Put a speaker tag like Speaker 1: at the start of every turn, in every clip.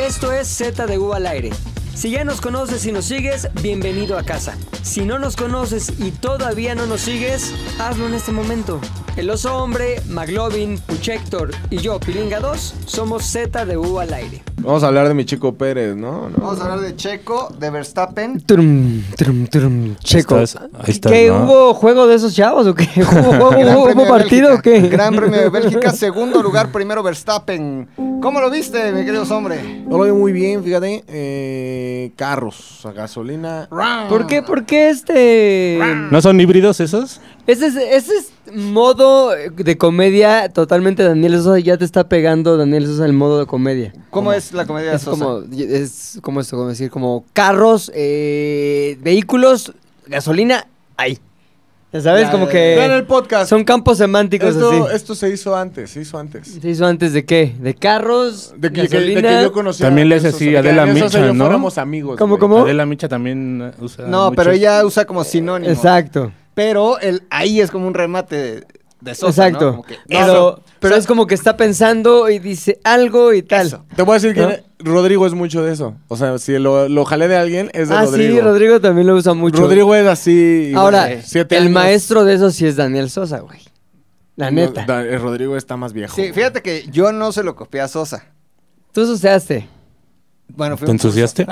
Speaker 1: Esto es Z de U al aire. Si ya nos conoces y nos sigues, bienvenido a casa. Si no nos conoces y todavía no nos sigues, hazlo en este momento. El oso hombre, Maglovin, Puchector y yo, Pilinga 2, somos Z de U al aire.
Speaker 2: Vamos a hablar de mi chico Pérez, ¿no? No.
Speaker 3: Vamos a hablar de Checo, de Verstappen.
Speaker 1: Trum, trum, trum, Checo.
Speaker 4: Ahí estás, ahí estás,
Speaker 1: ¿Qué
Speaker 4: ¿no?
Speaker 1: hubo juego de esos chavos o qué? ¿Hubo, juego,
Speaker 3: Gran
Speaker 1: hubo-
Speaker 3: Premio
Speaker 1: hubo
Speaker 3: de
Speaker 1: partido o
Speaker 3: Bélgica.
Speaker 1: qué?
Speaker 3: Gran Premio de Bélgica, segundo lugar, primero Verstappen. ¿Cómo lo viste, mi querido hombre?
Speaker 2: No lo veo muy bien, fíjate. Eh, carros a gasolina.
Speaker 1: ¿Por qué? ¿Por qué este.?
Speaker 4: ¿No son híbridos esos?
Speaker 1: Ese es, ese es modo de comedia totalmente Daniel Sosa. Ya te está pegando Daniel Sosa el modo de comedia.
Speaker 3: ¿Cómo es la comedia de
Speaker 1: Es
Speaker 3: Sosa?
Speaker 1: como, es como esto, como decir, como carros, eh, vehículos, gasolina, ahí. Ya sabes,
Speaker 3: Ya,
Speaker 1: como
Speaker 3: ya,
Speaker 2: Vean el
Speaker 1: que
Speaker 2: podcast.
Speaker 1: son campos semánticos
Speaker 2: Eh, esto,
Speaker 1: así.
Speaker 2: esto se hizo antes, se hizo antes.
Speaker 1: ¿Se hizo antes de qué? ¿De carros?
Speaker 2: De que, de que- de
Speaker 1: gasolina,
Speaker 2: que yo conocía.
Speaker 4: También le hace
Speaker 2: Sosa,
Speaker 4: así
Speaker 2: de que
Speaker 4: Adela
Speaker 2: Daniel Sosa y
Speaker 4: Micha,
Speaker 2: yo
Speaker 4: ¿no?
Speaker 2: fuéramos amigos.
Speaker 1: ¿Cómo,
Speaker 2: güey.
Speaker 1: cómo?
Speaker 4: Adela Micha también eh, usa
Speaker 3: No,
Speaker 4: mucho-
Speaker 3: pero ella usa como sinónimo.
Speaker 1: Exacto.
Speaker 3: Pero el ahí es como un remate de, de Sosa,
Speaker 1: Exacto.
Speaker 3: ¿no? Como que,
Speaker 1: pero
Speaker 3: eso.
Speaker 1: pero
Speaker 3: O sea,
Speaker 1: es como que está pensando y dice algo y tal.
Speaker 3: Eso.
Speaker 2: Te voy a decir que
Speaker 1: ¿No?
Speaker 2: Rodrigo es mucho de eso. O sea, si lo, lo jalé de alguien, es de
Speaker 1: Ah,
Speaker 2: Rodrigo.
Speaker 1: sí, Rodrigo también lo usa mucho.
Speaker 2: Rodrigo es así.
Speaker 1: Ahora,
Speaker 2: bueno, siete
Speaker 1: el
Speaker 2: años.
Speaker 1: maestro de eso sí es Daniel Sosa, güey. La
Speaker 2: No,
Speaker 1: neta.
Speaker 2: da- eh, Rodrigo está más viejo.
Speaker 3: Sí, fíjate que yo no se lo copié a Sosa.
Speaker 1: Tú suceaste.
Speaker 3: Bueno, fue
Speaker 4: ¿Te
Speaker 3: un curso.
Speaker 4: ensuciaste?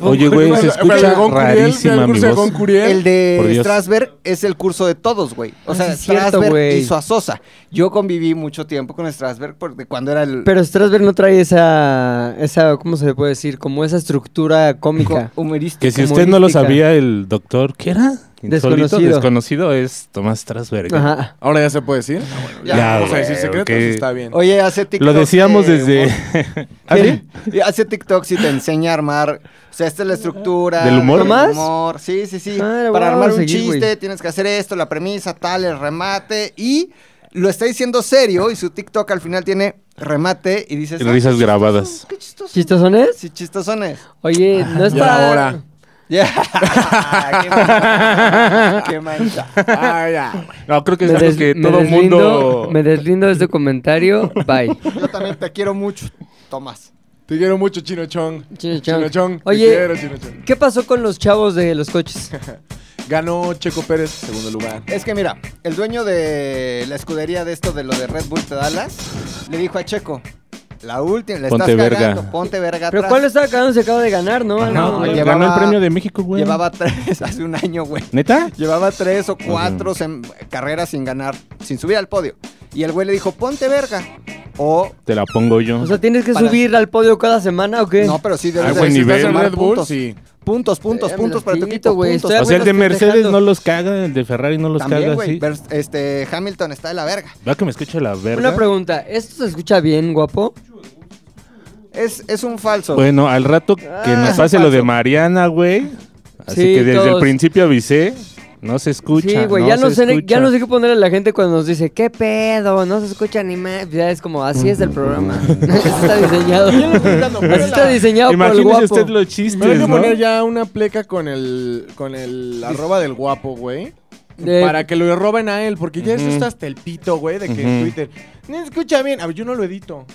Speaker 4: Oye, güey, se
Speaker 2: Bueno,
Speaker 4: escucha
Speaker 2: el Gon Curiel,
Speaker 4: rarísima
Speaker 2: el
Speaker 4: mi
Speaker 2: curso de Gon
Speaker 4: voz.
Speaker 2: Curiel.
Speaker 3: El
Speaker 4: Por
Speaker 3: de
Speaker 4: Dios.
Speaker 3: Strasberg es el curso de todos, güey. O
Speaker 1: Ah,
Speaker 3: sea,
Speaker 1: sí es cierto,
Speaker 3: Strasberg
Speaker 1: güey.
Speaker 3: hizo a Sosa. Yo conviví mucho tiempo con Strasberg porque cuando era el
Speaker 1: Pero Strasberg no trae esa, esa, ¿cómo se le puede decir? Como esa estructura cómica.
Speaker 4: uh,
Speaker 3: co- humorista.
Speaker 4: Que si usted no lo
Speaker 1: humorística.
Speaker 4: sabía, el doctor, ¿qué era?
Speaker 1: Desconocido.
Speaker 4: desconocido es Tomás Trasberg.
Speaker 1: Ajá.
Speaker 2: Ahora Ah, ya se puede decir.
Speaker 3: Ya,
Speaker 4: Ya,
Speaker 2: Vamos a decir
Speaker 4: güey,
Speaker 2: secretos,
Speaker 4: ok.
Speaker 2: está bien.
Speaker 3: Oye, hace TikTok.
Speaker 4: Lo decíamos
Speaker 3: de-
Speaker 4: desde... ¿Ah, sí?
Speaker 3: Y Hace TikToks y te enseña a armar. O sea, esta es la estructura.
Speaker 4: ¿Del humor?
Speaker 1: ¿Nomás?
Speaker 3: humor. Sí, sí, sí.
Speaker 1: Ah, le voy
Speaker 3: Para
Speaker 1: a
Speaker 3: armar un
Speaker 1: seguir,
Speaker 3: chiste
Speaker 1: güey.
Speaker 3: tienes que hacer esto, la premisa, tal, el remate. Y lo está diciendo serio y su TikTok al final tiene remate y dices. "Ah,
Speaker 4: Risas grabadas.
Speaker 3: qué chistoso.
Speaker 1: ¿Chistosones?
Speaker 3: Sí, chistosones.
Speaker 1: Oye,
Speaker 4: Ah,
Speaker 1: no es
Speaker 2: Y
Speaker 1: para...
Speaker 2: ahora.
Speaker 3: Ya. qué mancha. Qué mancha.
Speaker 2: Ah, ya.
Speaker 4: No, creo que
Speaker 1: Me,
Speaker 4: es algo
Speaker 1: des-
Speaker 4: que
Speaker 1: me
Speaker 4: todo el
Speaker 1: deslindo,
Speaker 4: mundo...
Speaker 1: me deslindo de este comentario. Bye.
Speaker 3: Yo también te quiero mucho, Tomás.
Speaker 2: Te quiero mucho, Chino Chong.
Speaker 1: Chino Chong.
Speaker 2: te
Speaker 1: Oye.
Speaker 2: quiero, Chino Chong.
Speaker 1: ¿Qué pasó con los chavos de los coches?
Speaker 2: Ganó Checo Pérez, segundo lugar.
Speaker 3: Es que mira, el dueño de la escudería de esto de lo de Red Bull de Dallas le dijo a Checo, la última, le
Speaker 4: Ponte
Speaker 3: estás
Speaker 4: verga.
Speaker 3: cagando, ponte verga
Speaker 1: Pero
Speaker 3: atrás".
Speaker 1: ¿cuál estaba cagando? Se acaba de ganar, ¿no?
Speaker 4: Ah,
Speaker 1: No,
Speaker 4: no,
Speaker 3: güey,
Speaker 4: güey,
Speaker 3: llevaba-
Speaker 4: ganó el premio de México, güey.
Speaker 3: Llevaba tres hace un año, güey.
Speaker 4: ¿Neta?
Speaker 3: Llevaba tres o cuatro sem- carreras sin ganar, sin subir al podio. Y el güey le dijo, ponte verga. O,
Speaker 4: Te la pongo yo.
Speaker 1: O sea, ¿tienes que
Speaker 3: Para-
Speaker 1: subir al podio cada semana o qué?
Speaker 3: no, pero sí
Speaker 4: Ah,
Speaker 3: debes
Speaker 4: buen
Speaker 3: de
Speaker 4: nivel.
Speaker 3: sumar
Speaker 2: Red Bull,
Speaker 3: puntos.
Speaker 2: sí.
Speaker 3: Puntos, puntos,
Speaker 1: Eh, me
Speaker 3: puntos
Speaker 1: los
Speaker 3: para tu
Speaker 1: quito,
Speaker 3: equipo,
Speaker 1: güey,
Speaker 3: puntos.
Speaker 1: estoy-
Speaker 4: O sea, el de
Speaker 1: Bueno, estoy
Speaker 4: Mercedes
Speaker 1: dejando.
Speaker 4: no los caga, el de Ferrari no los
Speaker 3: También,
Speaker 4: caga,
Speaker 3: güey.
Speaker 4: sí.
Speaker 3: Vers- Este, Hamilton está de la verga.
Speaker 4: Va que me escucha la
Speaker 1: Una
Speaker 4: verga.
Speaker 1: pregunta. ¿Esto se escucha bien, guapo?
Speaker 3: Es, es un falso.
Speaker 4: Bueno, al rato que nos pase lo de Mariana, güey. Así
Speaker 1: Ah, Sí,
Speaker 4: que desde
Speaker 1: todos.
Speaker 4: el principio avisé, no se escucha.
Speaker 1: sí, güey, ya, no
Speaker 4: se
Speaker 1: sé,
Speaker 4: escucha.
Speaker 1: ya no sé qué ponerle a la gente cuando nos dice, ¿qué pedo? No se escucha ni más. Ya es como, así
Speaker 4: Mm.
Speaker 1: es el programa. así está diseñado. así está diseñado por el
Speaker 4: Imagínese
Speaker 1: guapo.
Speaker 4: usted los chistes,
Speaker 2: Me voy a
Speaker 4: ¿no?
Speaker 2: poner ya una pleca con el, con el arroba del guapo, güey.
Speaker 1: De-
Speaker 2: Para que lo roben a él, porque ya eso
Speaker 4: Ujú.
Speaker 2: está hasta el pito, güey, de que en
Speaker 4: Ujú.
Speaker 2: Twitter. No escucha bien. A ver, yo no lo edito.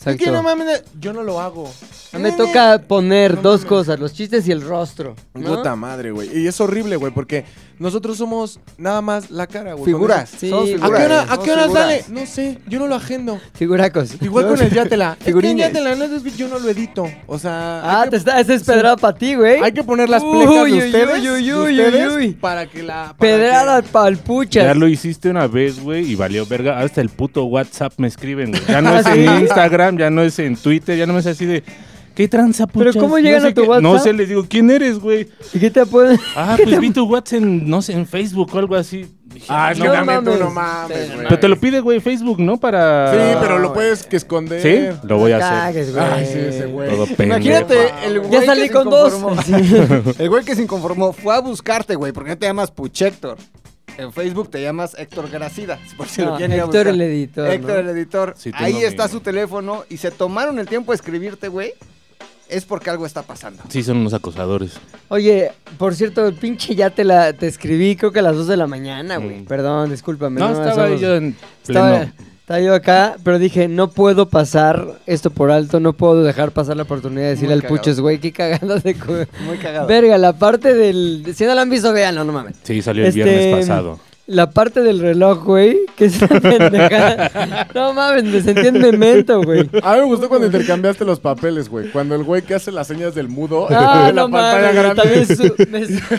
Speaker 2: Es
Speaker 1: Exacto.
Speaker 2: que no mames, yo no lo hago.
Speaker 1: A mí Me toca poner dos cosas, los chistes y el rostro. ¿no?
Speaker 2: Puta madre, güey. Y es horrible, güey, porque nosotros somos nada más la cara, güey.
Speaker 3: Figuras.
Speaker 1: Sí,
Speaker 3: somos
Speaker 1: güey.
Speaker 2: ¿A
Speaker 3: figuras.
Speaker 2: qué hora, a
Speaker 3: Somos
Speaker 2: qué hora
Speaker 3: figuras.
Speaker 2: sale? No sé, yo no lo agendo.
Speaker 1: Figuracos.
Speaker 2: Igual con el Yatela. Es que el
Speaker 3: Figurines.
Speaker 2: Yatela, no es- yo no lo edito. O sea.
Speaker 1: Ah,
Speaker 2: hay
Speaker 1: te
Speaker 2: que,
Speaker 1: está, esa es pedrada para ti, güey.
Speaker 2: hay que poner las
Speaker 1: Uy,
Speaker 2: plecas de
Speaker 1: uy,
Speaker 2: ustedes,
Speaker 1: uy, uy,
Speaker 2: de
Speaker 1: uy,
Speaker 2: ustedes
Speaker 1: uy.
Speaker 2: para que la. para
Speaker 1: Pedrada
Speaker 2: que-
Speaker 4: Ya
Speaker 1: palpuchas.
Speaker 4: lo hiciste una vez, güey, y valió verga. Hasta el puto WhatsApp me escriben, güey. Ya no es
Speaker 1: ¿Sí?
Speaker 4: en Instagram, ya no es en Twitter, ya no me es así de. ¿Qué tranza,
Speaker 1: ¿Pero
Speaker 4: puchas?
Speaker 1: cómo
Speaker 4: No
Speaker 1: llegan
Speaker 4: sé
Speaker 1: a tu
Speaker 4: qué- No
Speaker 1: WhatsApp?
Speaker 4: sé, les digo, ¿quién eres, güey?
Speaker 1: ¿Y qué te pueden...?
Speaker 4: Ah, pues vi tu WhatsApp en, no sé, en Facebook o algo así. Dije,
Speaker 2: Ah, es que
Speaker 1: No
Speaker 2: también tú no
Speaker 1: mames.
Speaker 2: mames, güey.
Speaker 4: Pero te lo pide, güey, Facebook, ¿no? Para.
Speaker 2: Sí, pero lo puedes que esconder.
Speaker 4: Sí, lo voy a hacer.
Speaker 1: Cagues, güey.
Speaker 2: Ay, sí, ese güey.
Speaker 4: Todo pendejo.
Speaker 3: Imagínate, Este, el güey
Speaker 1: Ya
Speaker 3: que
Speaker 1: salí
Speaker 3: se
Speaker 1: con dos.
Speaker 3: inconformó- el güey que se inconformó fue a buscarte, güey, porque no te llamas Puchector. En Facebook te llamas Héctor Gracida, por si lo
Speaker 1: No,
Speaker 3: quieren ir a
Speaker 1: Ah, Héctor
Speaker 3: buscar.
Speaker 1: el editor,
Speaker 3: Héctor
Speaker 1: ¿no?
Speaker 3: el editor.
Speaker 4: Sí, tengo
Speaker 3: Ahí
Speaker 4: mi-
Speaker 3: está su teléfono y se tomaron el tiempo de escribirte, güey. Es porque algo está pasando.
Speaker 4: Sí, son unos acosadores.
Speaker 1: Oye, por cierto, el pinche ya te la te escribí creo que a las 2 de la mañana, güey.
Speaker 4: Mm.
Speaker 1: Perdón, discúlpame.
Speaker 4: No, estaba
Speaker 1: somos-
Speaker 4: yo en pleno.
Speaker 1: Estaba- Estaba yo acá, pero dije, no puedo pasar esto por alto, no puedo dejar pasar la oportunidad de decirle al
Speaker 3: cagado.
Speaker 1: puches, güey, qué cagada de... cu-
Speaker 3: Muy cagado.
Speaker 1: Verga, la parte del... Si no la han visto, véanlo, no mames.
Speaker 4: Sí, salió el
Speaker 1: Este,
Speaker 4: viernes pasado.
Speaker 1: La parte del reloj, güey, que es una pendejada. No mames, me sentí en memento, güey.
Speaker 5: A mí me gustó cuando intercambiaste los papeles, güey. Cuando el güey que hace las señas del mudo
Speaker 1: Ah,
Speaker 5: en la
Speaker 1: no
Speaker 5: pantalla
Speaker 1: mames, güey,
Speaker 5: grande.
Speaker 1: también su- me-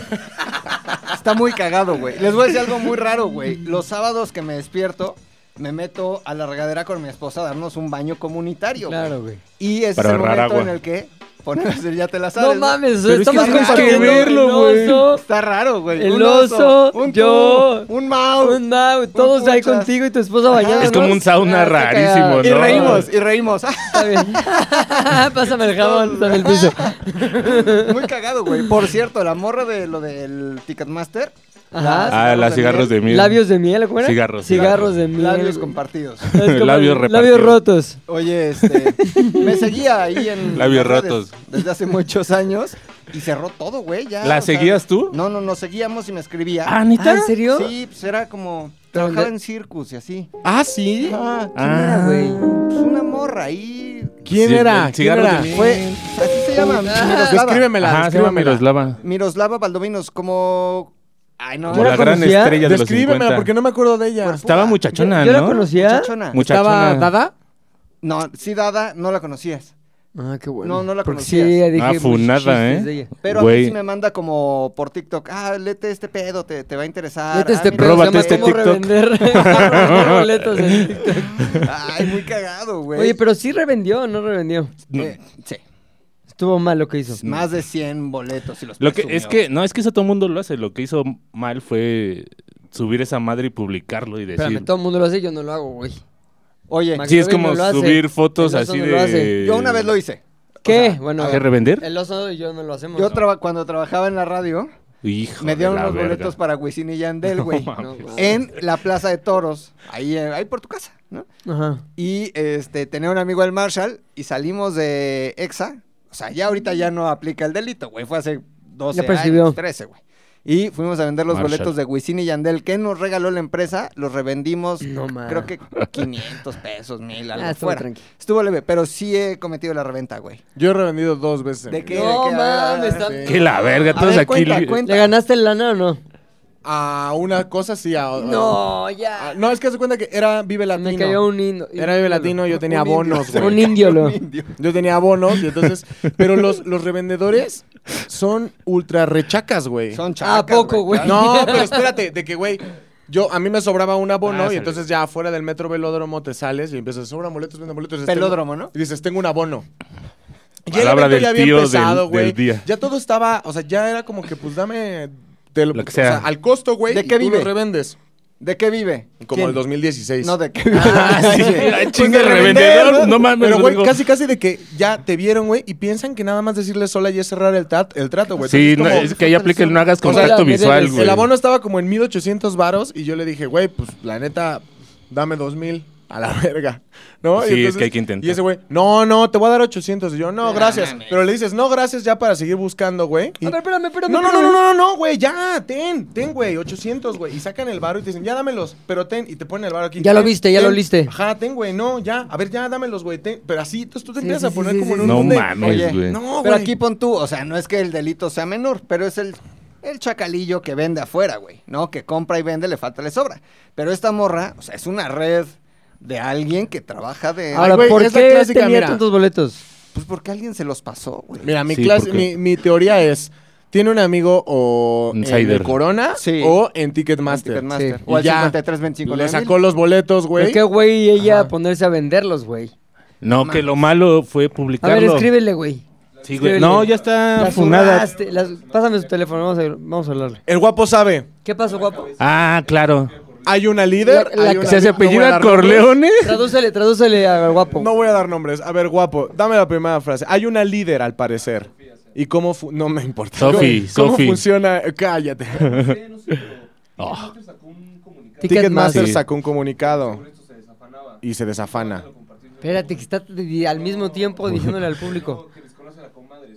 Speaker 3: Está muy cagado, güey. Les voy a decir algo muy raro, güey. Los sábados que me despierto, me meto a la regadera con mi esposa a darnos un baño comunitario. güey.
Speaker 1: Claro, güey.
Speaker 3: Y ese
Speaker 4: Para
Speaker 3: es el
Speaker 4: ahorrar
Speaker 3: momento
Speaker 4: agua.
Speaker 3: en el que ponemos el ya te la sabes.
Speaker 1: No mames,
Speaker 4: Pero es
Speaker 1: estamos
Speaker 3: que tienes que
Speaker 1: compartiendo
Speaker 4: verlo, güey.
Speaker 1: el oso,
Speaker 3: Está raro, güey.
Speaker 1: El
Speaker 3: Un
Speaker 1: oso,
Speaker 3: un tú,
Speaker 1: yo,
Speaker 3: un Mao.
Speaker 1: un Mau, todos ahí
Speaker 3: puchas.
Speaker 1: contigo y tu esposa bañando.
Speaker 4: Es como un sauna rarísimo,
Speaker 3: Y
Speaker 4: ¿no?
Speaker 3: reímos, y reímos. Ah,
Speaker 1: Está bien. Pásame el jabón, pásame el piso.
Speaker 3: Muy cagado, güey. Por cierto, la morra de lo del Ticketmaster.
Speaker 1: Ajá.
Speaker 4: Ah, las cigarros de miel.
Speaker 1: Labios de miel, ¿acuerdas?
Speaker 4: Cigarros,
Speaker 1: Cigarros
Speaker 4: cigarros.
Speaker 1: de miel.
Speaker 3: Labios
Speaker 1: güey.
Speaker 3: compartidos.
Speaker 1: Es como
Speaker 4: Labios
Speaker 1: el- Labios
Speaker 4: repartidos.
Speaker 1: rotos.
Speaker 3: Oye, este, me seguía ahí en...
Speaker 4: Labios
Speaker 3: las
Speaker 4: rotos.
Speaker 3: redes Desde hace muchos años y cerró todo, güey, ya.
Speaker 4: ¿La
Speaker 3: o sea,
Speaker 4: seguías tú?
Speaker 3: No, no, nos seguíamos y me escribía.
Speaker 4: Ah, ¿neta?
Speaker 1: Ah, ¿En serio?
Speaker 3: Sí, pues era como...
Speaker 1: ¿Dónde?
Speaker 3: Trabajaba en circus y así.
Speaker 2: Ah, sí.
Speaker 3: Ah,
Speaker 1: Ah,
Speaker 4: Ah,
Speaker 1: güey.
Speaker 3: pues una morra ahí...
Speaker 2: ¿Quién
Speaker 4: Sí,
Speaker 2: era? ¿Quién
Speaker 4: el cigarro
Speaker 2: era? Pues,
Speaker 4: de miel.
Speaker 3: Fue... Así se llama,
Speaker 1: ah.
Speaker 3: Miroslava.
Speaker 2: Descríbemela,
Speaker 4: Ajá, se llama
Speaker 2: descríbemela.
Speaker 4: Miroslava.
Speaker 3: Miroslava Valdovinos, como... Ay, no.
Speaker 4: Como
Speaker 1: la
Speaker 4: la gran
Speaker 1: conocía?
Speaker 4: estrella de los
Speaker 2: Descríbemela
Speaker 4: 50.
Speaker 2: porque no me acuerdo de ella.
Speaker 1: Pues,
Speaker 3: Cuerpo.
Speaker 4: Estaba
Speaker 1: Yo,
Speaker 4: muchachona,
Speaker 1: yo la
Speaker 4: ¿no?
Speaker 1: conocía.
Speaker 3: Muchachona.
Speaker 4: Muchachona.
Speaker 2: ¿Estaba dada?
Speaker 3: No, sí, Dada, no la conocías.
Speaker 1: Ah, qué bueno.
Speaker 3: No, no la
Speaker 1: Porque
Speaker 3: conocías.
Speaker 1: sí, dije,
Speaker 4: Ah,
Speaker 1: muchos
Speaker 4: funada,
Speaker 1: chistes
Speaker 4: ¿eh?
Speaker 1: de ella.
Speaker 3: Pero a
Speaker 4: Güey.
Speaker 3: mí sí me manda como por TikTok, ah, léete este pedo, te, te va a interesar.
Speaker 1: Vete
Speaker 3: ah,
Speaker 1: este
Speaker 3: mira,
Speaker 1: pedo,
Speaker 4: Róbate
Speaker 1: se llama
Speaker 4: este
Speaker 1: cómo
Speaker 4: TikTok.
Speaker 1: revender revender boletos en TikTok.
Speaker 3: Ay, muy cagado, güey.
Speaker 1: Oye, pero sí revendió o no revendió.
Speaker 3: Eh, sí,
Speaker 1: Estuvo mal lo que hizo.
Speaker 3: más de 100 boletos y los
Speaker 4: Lo que
Speaker 3: presumió.
Speaker 4: es que, no, es que eso todo el mundo lo hace. Lo que hizo mal fue subir esa madre y publicarlo y
Speaker 1: Espérame,
Speaker 4: decir.
Speaker 1: todo el mundo lo hace, yo no lo hago, güey.
Speaker 3: Oye,
Speaker 1: Max-
Speaker 4: Sí, es
Speaker 1: Magdalena
Speaker 4: como
Speaker 1: lo hace,
Speaker 4: subir fotos
Speaker 1: el oso
Speaker 4: así
Speaker 1: no lo hace.
Speaker 4: de.
Speaker 3: yo una vez lo hice.
Speaker 1: ¿Qué?
Speaker 3: O sea,
Speaker 1: bueno,
Speaker 4: ¿Qué revender?
Speaker 1: el oso y yo no lo hacemos.
Speaker 3: Yo
Speaker 1: No.
Speaker 3: traba- cuando trabajaba en la radio,
Speaker 4: Hijo
Speaker 3: me dieron
Speaker 4: de la
Speaker 3: unos
Speaker 4: verga.
Speaker 3: boletos para Wisin y Yandel, güey.
Speaker 1: No, güey.
Speaker 3: en la Plaza de Toros, ahí, eh, ahí por tu casa, ¿no?
Speaker 1: Ajá.
Speaker 3: Y este, tenía un amigo el Marshall y salimos de EXA. O sea, ya ahorita ya no aplica el delito, güey. Fue hace 12
Speaker 1: Ya percibió.
Speaker 3: años, 13, güey. Y fuimos a vender los
Speaker 4: Marshall.
Speaker 3: boletos de Wisin y Yandel. que nos regaló la empresa? Los revendimos,
Speaker 1: No mames.
Speaker 3: creo que 500 pesos, mil, algo
Speaker 1: Ah, estuvo
Speaker 3: fuera.
Speaker 1: tranqui.
Speaker 3: Estuvo leve, pero sí he cometido la reventa, güey.
Speaker 2: Yo he revendido dos veces. en
Speaker 3: ¿De
Speaker 2: mi
Speaker 3: qué?
Speaker 2: vida.
Speaker 3: ¿De
Speaker 1: No
Speaker 3: qué? A ver, a ver,
Speaker 1: mames,
Speaker 3: a
Speaker 1: está-
Speaker 3: ver, sí.
Speaker 4: Que la verga,
Speaker 3: A
Speaker 4: todos
Speaker 3: ver,
Speaker 4: aquí.
Speaker 3: cuenta,
Speaker 4: li-
Speaker 3: cuenta.
Speaker 1: ¿Le ganaste el lana o no?
Speaker 2: A una cosa sí, a a-
Speaker 1: No,
Speaker 2: Ah,
Speaker 1: ya.
Speaker 2: no, es que se cuenta que era Vive Latino.
Speaker 1: Me cayó un indio.
Speaker 2: Era Vive Latino, yo tenía
Speaker 3: indio.
Speaker 2: bonos, güey.
Speaker 1: Un indio, lo.
Speaker 2: Yo tenía bonos y entonces... Pero los, los revendedores son ultra rechacas, güey.
Speaker 3: Son
Speaker 1: Ah, ¿A
Speaker 3: chacas,
Speaker 1: poco, güey?
Speaker 2: No, pero espérate, de que, güey... Yo, a mí me sobraba un abono
Speaker 4: Ah,
Speaker 2: y
Speaker 4: sale.
Speaker 2: entonces ya afuera del metro velódromo te sales y empiezas, sobran boletos, venden boletos. y dices,
Speaker 3: Pelódromo,
Speaker 2: tengo-
Speaker 3: ¿no?
Speaker 2: Y dices, tengo un abono. Y el
Speaker 4: Palabra
Speaker 2: evento
Speaker 4: del
Speaker 2: ya había
Speaker 4: tío del-
Speaker 2: empezado,
Speaker 4: del
Speaker 2: güey.
Speaker 4: día.
Speaker 2: Ya todo estaba, o sea, ya era como que pues dame... de
Speaker 4: Lo que sea.
Speaker 2: O sea, al costo, güey,
Speaker 3: ¿De
Speaker 2: y
Speaker 3: qué
Speaker 2: tú lo
Speaker 3: vive?
Speaker 2: revendes.
Speaker 3: ¿De qué vive?
Speaker 2: Como
Speaker 3: ¿Quién?
Speaker 2: el 2016.
Speaker 3: No, ¿de qué
Speaker 4: Ah, sí,
Speaker 3: vive?
Speaker 4: la
Speaker 3: Pues
Speaker 4: chinga
Speaker 3: de
Speaker 4: revendedor, no mames.
Speaker 2: Pero, güey,
Speaker 4: Rodrigo.
Speaker 2: casi, casi de que ya te vieron, güey, y piensan que nada más decirles hola y es cerrar el, tat- el trato, güey.
Speaker 4: Sí,
Speaker 2: Entonces,
Speaker 4: no,
Speaker 2: Pues como-
Speaker 4: es que ahí aplica el no hagas
Speaker 2: O sea,
Speaker 4: contacto
Speaker 1: la media
Speaker 4: visual,
Speaker 1: del-
Speaker 4: güey.
Speaker 2: El abono estaba como en 1800 varos y yo le dije, güey, pues la neta, dame 2000 a la verga. ¿No? Y
Speaker 4: Sí, es que hay que intentar.
Speaker 2: Y ese güey, no, no, te voy a dar 800. Y yo, no, gracias. Pero le dices, no, gracias ya para seguir buscando, güey. Y-
Speaker 1: A ver, espérame, espérame.
Speaker 2: no, no, no,
Speaker 1: espérame.
Speaker 2: no, no, no, no, güey, ya, ten, ten, güey, 800, güey. Y sacan el varo y te dicen, ya dámelos, pero ten, y te ponen el varo aquí.
Speaker 1: Ya lo
Speaker 2: ten,
Speaker 1: viste, ya
Speaker 2: ten.
Speaker 1: lo liste.
Speaker 2: Ajá, ten, güey, no, ya, a ver, ya dámelos, güey, ten. Pero así, entonces tú te
Speaker 1: Sí,
Speaker 2: empiezas
Speaker 1: sí,
Speaker 2: a
Speaker 1: sí,
Speaker 2: poner
Speaker 1: sí, sí,
Speaker 2: como en
Speaker 1: sí.
Speaker 2: un
Speaker 4: No
Speaker 2: mundo de-
Speaker 4: mames,
Speaker 3: Oye,
Speaker 4: güey.
Speaker 2: No,
Speaker 3: Pero
Speaker 2: güey.
Speaker 3: aquí pon tú, o sea, no es que el delito sea menor, pero es el, el chacalillo que vende afuera, güey, ¿no? Que compra y vende, le falta, le sobra. Pero esta morra, o sea, es una red de alguien que trabaja de...
Speaker 1: Ahora,
Speaker 2: güey,
Speaker 1: ¿por
Speaker 2: es la
Speaker 1: qué
Speaker 2: clásica,
Speaker 1: tenía
Speaker 2: mira.
Speaker 1: tantos boletos?
Speaker 3: pues porque alguien se los pasó, güey.
Speaker 2: Mira, mi
Speaker 4: Sí,
Speaker 2: clase, mi,
Speaker 4: porque-
Speaker 2: mi teoría es, tiene un amigo o en
Speaker 4: Insider.
Speaker 2: el Corona
Speaker 3: Sí.
Speaker 2: o en Ticketmaster.
Speaker 3: Ticketmaster.
Speaker 1: Sí.
Speaker 3: O al
Speaker 2: Y ya,
Speaker 3: 5325.
Speaker 2: Le sacó los boletos,
Speaker 1: ¿Por
Speaker 2: güey.
Speaker 1: qué, güey, y ella
Speaker 2: Ajá.
Speaker 1: ponerse a venderlos, güey?
Speaker 4: No, que lo malo fue
Speaker 1: A
Speaker 4: publicarlo.
Speaker 1: ver, escríbele, güey.
Speaker 4: Sí, güey.
Speaker 1: escríbele.
Speaker 4: No, ya está
Speaker 2: Ah,
Speaker 1: Las
Speaker 4: funada.
Speaker 1: zurraste, las- Pásame su teléfono, vamos a, vamos a hablarle.
Speaker 2: El guapo sabe,
Speaker 1: ¿Qué pasó, guapo?
Speaker 4: Ah, claro.
Speaker 2: hay una líder,
Speaker 1: La- la-
Speaker 2: hay una
Speaker 4: ¿Se,
Speaker 2: li-
Speaker 4: se
Speaker 2: no voy a
Speaker 4: apellida
Speaker 2: dar nombres.
Speaker 4: Corleone?
Speaker 1: Tradúcele, tradúcele al guapo.
Speaker 2: No voy a dar nombres. A ver, guapo, dame la primera frase. Hay una líder, al parecer. ¿Y cómo fu- No me importa.
Speaker 4: Sofi,
Speaker 2: ¿Cómo, cómo
Speaker 4: Sofi.
Speaker 2: funciona? Cállate.
Speaker 4: Oh,
Speaker 2: Ticketmaster
Speaker 1: Sí.
Speaker 2: sacó un comunicado. Y se desafana.
Speaker 1: Espérate, que está di- al mismo tiempo diciéndole al público.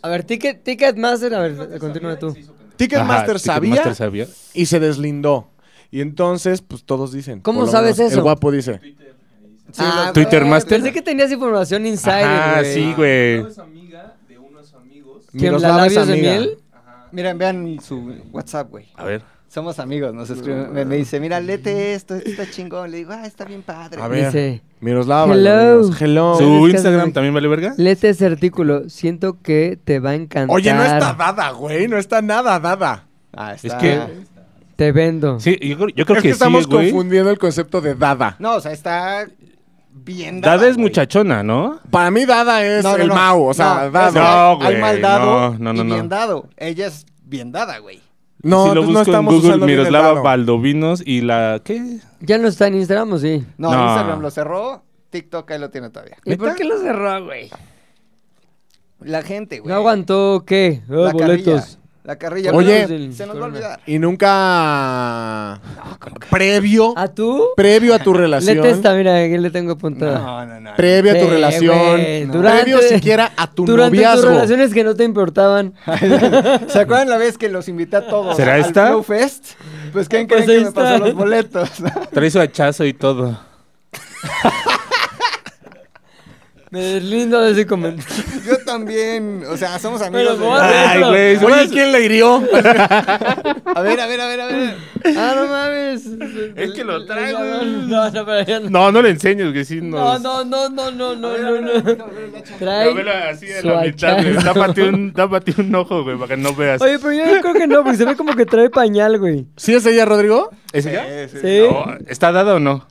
Speaker 1: A ver, ticket, Ticketmaster, a ver, continúa tú.
Speaker 2: Ticketmaster
Speaker 4: ajá,
Speaker 2: sabía
Speaker 4: Ticketmaster sabía.
Speaker 2: y se deslindó. Y entonces, pues todos dicen.
Speaker 1: ¿Cómo
Speaker 2: por lo
Speaker 1: sabes
Speaker 2: menos,
Speaker 1: eso?
Speaker 2: El guapo dice.
Speaker 4: Ah,
Speaker 3: lo-
Speaker 4: Twitter
Speaker 3: eh,
Speaker 4: Master.
Speaker 1: Pensé que tenías información insider,
Speaker 4: Ah,
Speaker 1: güey.
Speaker 4: sí, güey.
Speaker 1: ¿Quién, la
Speaker 3: Miroslava es
Speaker 1: labios de
Speaker 3: amiga.
Speaker 1: miel?
Speaker 3: Miren, vean su WhatsApp, güey.
Speaker 4: A ver.
Speaker 3: Somos amigos, nos escribe, me, me dice, mira, lete esto, esto está chingón. Le digo, ah, está bien padre.
Speaker 2: A ver.
Speaker 1: Dice,
Speaker 2: Miroslava.
Speaker 1: Hello.
Speaker 2: Hello. Hello.
Speaker 1: Sí.
Speaker 4: ¿Su
Speaker 1: es que
Speaker 4: Instagram
Speaker 1: soy-
Speaker 4: también vale verga?
Speaker 1: léete ese artículo. Siento que te va a encantar.
Speaker 2: Oye, no está dada, güey. No está nada dada.
Speaker 3: Ah, está.
Speaker 4: Es que-
Speaker 1: Te vendo.
Speaker 4: Sí, yo, creo- yo creo
Speaker 2: es que,
Speaker 4: que,
Speaker 2: estamos
Speaker 4: sí, güey.
Speaker 2: confundiendo el concepto de dada.
Speaker 3: No, o sea, está bien dada.
Speaker 4: Dada es
Speaker 3: güey.
Speaker 4: muchachona, ¿no?
Speaker 2: Para mí dada es
Speaker 3: No, no,
Speaker 2: el
Speaker 3: no.
Speaker 2: Mau, o sea,
Speaker 3: No,
Speaker 2: dada.
Speaker 3: es que hay-
Speaker 4: No,
Speaker 3: Hay
Speaker 4: güey,
Speaker 3: mal dado
Speaker 4: no, no, no,
Speaker 3: y bien
Speaker 4: no.
Speaker 3: dado. Ella es bien dada, güey.
Speaker 2: No,
Speaker 4: si lo
Speaker 2: entonces
Speaker 4: busco
Speaker 2: no
Speaker 4: en
Speaker 2: estamos
Speaker 4: Google,
Speaker 2: usando bien el
Speaker 4: Miroslava
Speaker 2: dado.
Speaker 4: Baldovinos y la... ¿Qué?
Speaker 1: Ya no está en Instagram, ¿o sí?
Speaker 3: No,
Speaker 4: No.
Speaker 3: Instagram lo cerró, TikTok ahí lo tiene todavía.
Speaker 1: ¿Y por qué lo cerró, güey?
Speaker 3: La gente, güey.
Speaker 1: ¿No aguantó qué? Oh,
Speaker 3: La carrilla.
Speaker 1: boletos.
Speaker 3: La carrilla.
Speaker 2: Oye.
Speaker 3: pero se nos va a olvidar.
Speaker 2: Y nunca previo
Speaker 1: ¿A tú?
Speaker 2: previo a tu
Speaker 1: Lete
Speaker 2: relación,
Speaker 1: esta, mira, aquí le tengo apuntada.
Speaker 3: No, no, no.
Speaker 2: previo a tu
Speaker 1: Sí,
Speaker 2: relación,
Speaker 1: güey, durante-
Speaker 2: previo siquiera a tu
Speaker 1: Durante
Speaker 2: noviazgo.
Speaker 1: tus relaciones que no te importaban.
Speaker 3: ¿Se acuerdan la vez que los invité a todos
Speaker 4: ¿Será
Speaker 3: al
Speaker 4: esta?
Speaker 3: Flow Fest? Pues ¿quién
Speaker 1: Pues
Speaker 3: creen que
Speaker 1: ahí
Speaker 3: me pasó
Speaker 1: está.
Speaker 3: los boletos?
Speaker 4: Trae su hachazo y todo.
Speaker 1: Me deslindo de ese comentario.
Speaker 3: Yo también, o sea, somos
Speaker 1: Pero
Speaker 3: amigos.
Speaker 1: ¿cómo
Speaker 3: de-
Speaker 1: haces eso?
Speaker 4: güey, se me
Speaker 2: Oye,
Speaker 4: hace-
Speaker 2: ¿quién le hirió?
Speaker 3: A ver, a ver, a ver, a ver.
Speaker 1: Ah, no mames.
Speaker 4: Es que lo traigo.
Speaker 1: No, no, pero ya no.
Speaker 4: No, no le enseñes, que sí
Speaker 1: No,
Speaker 4: nos...
Speaker 1: no, no, no, no, no, no, no.
Speaker 4: La
Speaker 1: Trae.
Speaker 4: vela así de
Speaker 1: su
Speaker 4: la mitad, güey.
Speaker 1: hachazo.
Speaker 4: Tápate un, tápate un ojo, güey, para que no veas.
Speaker 1: Oye, pero yo creo que no, porque se ve como que trae pañal, güey.
Speaker 2: ¿Sí es ella, Rodrigo?
Speaker 4: ¿Es ella?
Speaker 1: Sí. Mm,
Speaker 4: No, ¿Está dada o no?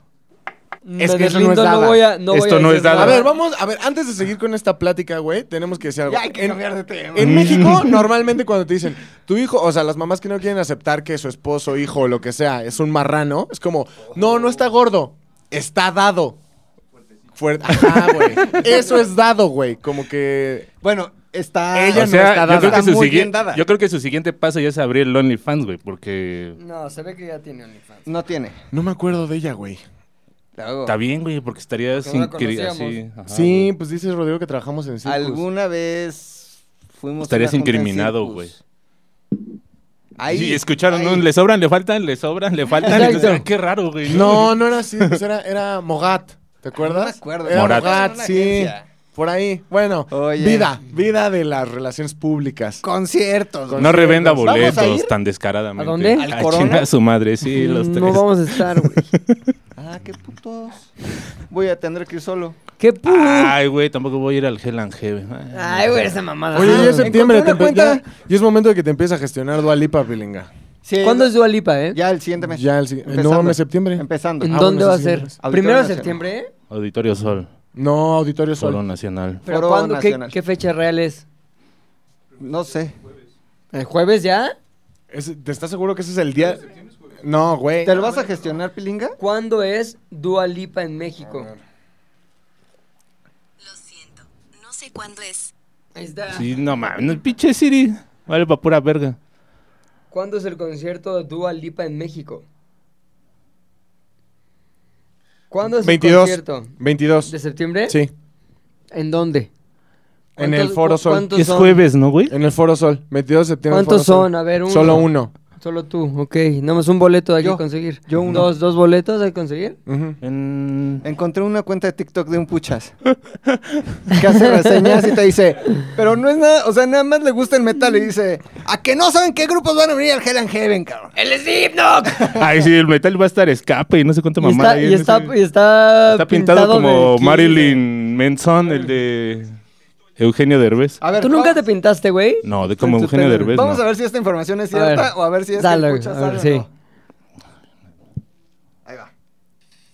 Speaker 2: Es
Speaker 1: Me
Speaker 2: que eso no
Speaker 1: deslindo,
Speaker 2: es nada.
Speaker 1: voy a, no voy
Speaker 4: Esto
Speaker 1: a
Speaker 4: no es
Speaker 1: decir
Speaker 4: nada.
Speaker 2: A ver, vamos, a ver, antes de seguir con esta plática, güey, tenemos que decir algo.
Speaker 3: Ya hay que
Speaker 2: En-
Speaker 3: cambiar de tema.
Speaker 2: En México, normalmente cuando te dicen, tu hijo, o sea, las mamás que no quieren aceptar que su esposo, hijo o lo que sea, es un marrano, es como, no, no está gordo, está dado. Fuerte. Ajá, güey. Eso es dado, güey. Como que.
Speaker 3: Bueno, está.
Speaker 2: Ella
Speaker 4: o sea,
Speaker 2: no está dada.
Speaker 4: yo, creo que
Speaker 3: Está
Speaker 4: su
Speaker 3: muy bien
Speaker 4: siguiente-
Speaker 3: dada.
Speaker 4: yo creo que su siguiente paso ya es abrir el OnlyFans, güey, porque...
Speaker 1: No, se ve que ya tiene OnlyFans.
Speaker 3: No tiene.
Speaker 2: No me acuerdo de ella, güey.
Speaker 3: Luego,
Speaker 4: Está bien, güey, porque estaría
Speaker 1: no
Speaker 4: sin
Speaker 1: la
Speaker 4: querer
Speaker 1: conocíamos.
Speaker 4: así. ajá,
Speaker 2: sí, pues dices, Rodrigo, que trabajamos en circos.
Speaker 3: Alguna vez fuimos. a
Speaker 4: Estarías
Speaker 3: una junta en
Speaker 4: incriminado,
Speaker 3: Circus.
Speaker 4: güey.
Speaker 3: Ahí.
Speaker 4: Sí, escucharon,
Speaker 3: ahí.
Speaker 4: ¿no? Le sobran, le faltan, le sobran, le faltan.
Speaker 1: Exacto.
Speaker 4: Entonces, ah, qué raro, güey.
Speaker 2: No, no era así, pues era, era Mogat. ¿Te acuerdas?
Speaker 3: Ah, no me acuerdo.
Speaker 2: Era
Speaker 4: Morat.
Speaker 2: Mogat,
Speaker 3: Era una
Speaker 2: sí.
Speaker 3: agencia.
Speaker 2: Por ahí. Bueno,
Speaker 3: Oye.
Speaker 2: vida. Vida de las relaciones públicas.
Speaker 3: Conciertos. güey.
Speaker 4: No revenda
Speaker 3: ¿Vamos a
Speaker 4: boletos
Speaker 3: ir?
Speaker 4: tan descaradamente.
Speaker 1: ¿A dónde? Mm,
Speaker 3: ¿Al
Speaker 4: A
Speaker 3: Corona?
Speaker 4: chingar a su madre, sí, los tres.
Speaker 1: No vamos a estar, güey.
Speaker 3: Ah, qué putos. Voy a tener que ir solo.
Speaker 1: ¡Qué pu!
Speaker 4: Ay, güey, tampoco voy a ir al Hell and Heaven. Ah, Ay,
Speaker 1: Ay, güey, esa mamada. Ah,
Speaker 2: Oye, ya es
Speaker 3: Ah. encontré
Speaker 2: septiembre.
Speaker 3: una
Speaker 2: te empe-
Speaker 3: cuenta.
Speaker 2: Ya, ya es momento de que te empieces a gestionar Dualipa, Pilinga.
Speaker 3: Sí,
Speaker 1: ¿Cuándo es Dualipa, eh?
Speaker 3: Ya el siguiente mes.
Speaker 2: Ya el sigui-
Speaker 3: Empezando.
Speaker 2: No, hombre, septiembre.
Speaker 3: Empezando.
Speaker 1: ¿En
Speaker 2: Ah,
Speaker 1: dónde
Speaker 2: bueno,
Speaker 1: va a
Speaker 2: sí,
Speaker 1: ser?
Speaker 2: sí,
Speaker 3: sí.
Speaker 1: ¿Primero de
Speaker 3: Auditorio
Speaker 1: septiembre? ¿eh?
Speaker 4: Auditorio Sol,
Speaker 2: No, Auditorio Sol.
Speaker 4: Foro Nacional.
Speaker 1: ¿Pero
Speaker 3: Foro
Speaker 1: cuándo? ¿Qué,
Speaker 3: Nacional.
Speaker 1: qué fecha real es?
Speaker 3: No sé.
Speaker 1: ¿El jueves ya?
Speaker 2: Ese- ¿Te estás seguro que ese es el día? No, güey.
Speaker 3: ¿Te lo vas a gestionar, Pilinga?
Speaker 1: ¿Cuándo es Dualipa en México?
Speaker 6: Lo siento, no sé cuándo es.
Speaker 1: Ahí está.
Speaker 4: Sí, no mames, no, pinche Siri. Vale, pa' pura verga.
Speaker 1: ¿Cuándo es el concierto de Dua Lipa en México? ¿Cuándo es
Speaker 2: 22.
Speaker 1: el concierto?
Speaker 2: 22.
Speaker 1: ¿De septiembre?
Speaker 2: Sí,
Speaker 1: ¿en dónde?
Speaker 2: En el
Speaker 1: ¿Cuántos-
Speaker 2: Foro
Speaker 1: cu-
Speaker 2: Sol.
Speaker 1: ¿Cuántos
Speaker 4: Es
Speaker 1: son?
Speaker 4: jueves, ¿no, güey?
Speaker 2: en el Foro Sol. 22 de septiembre.
Speaker 1: ¿Cuántos
Speaker 2: Foro Sol.
Speaker 1: son? A ver, uno.
Speaker 2: Solo uno.
Speaker 1: Solo tú, ok. Nomás un boleto hay
Speaker 3: Yo.
Speaker 1: que conseguir.
Speaker 3: Yo uno.
Speaker 1: Dos, dos boletos hay que conseguir.
Speaker 2: Ujú.
Speaker 4: En-
Speaker 3: Encontré una cuenta de TikTok de un puchas que hace reseñas y te dice, pero no es nada, o sea, nada más le gusta el metal y dice, ¿a que no saben qué grupos van a venir al Hell and Heaven, cabrón?
Speaker 1: ¡El Slipknot!
Speaker 4: Ay, sí, el metal va a estar escape y no sé cuánto
Speaker 1: Y
Speaker 4: mamada.
Speaker 1: está,
Speaker 4: hay
Speaker 1: y
Speaker 4: en
Speaker 1: está,
Speaker 4: ese-
Speaker 1: y está
Speaker 4: Está pintado,
Speaker 1: pintado
Speaker 4: como
Speaker 1: de eh. Kiss.
Speaker 4: Marilyn Manson, el de Eugenio Derbez.
Speaker 3: A ver,
Speaker 1: ¿Tú nunca te
Speaker 3: vamos-
Speaker 1: pintaste, güey?
Speaker 4: No, de como Eugenio
Speaker 3: Espérenme,
Speaker 4: Derbez.
Speaker 3: Vamos
Speaker 4: no.
Speaker 3: a ver si esta información es
Speaker 1: A ver.
Speaker 3: cierta o a ver si es
Speaker 1: Dale,
Speaker 3: que el puchas
Speaker 1: a ver,
Speaker 3: sabe o
Speaker 1: sí.
Speaker 3: no. Ahí va.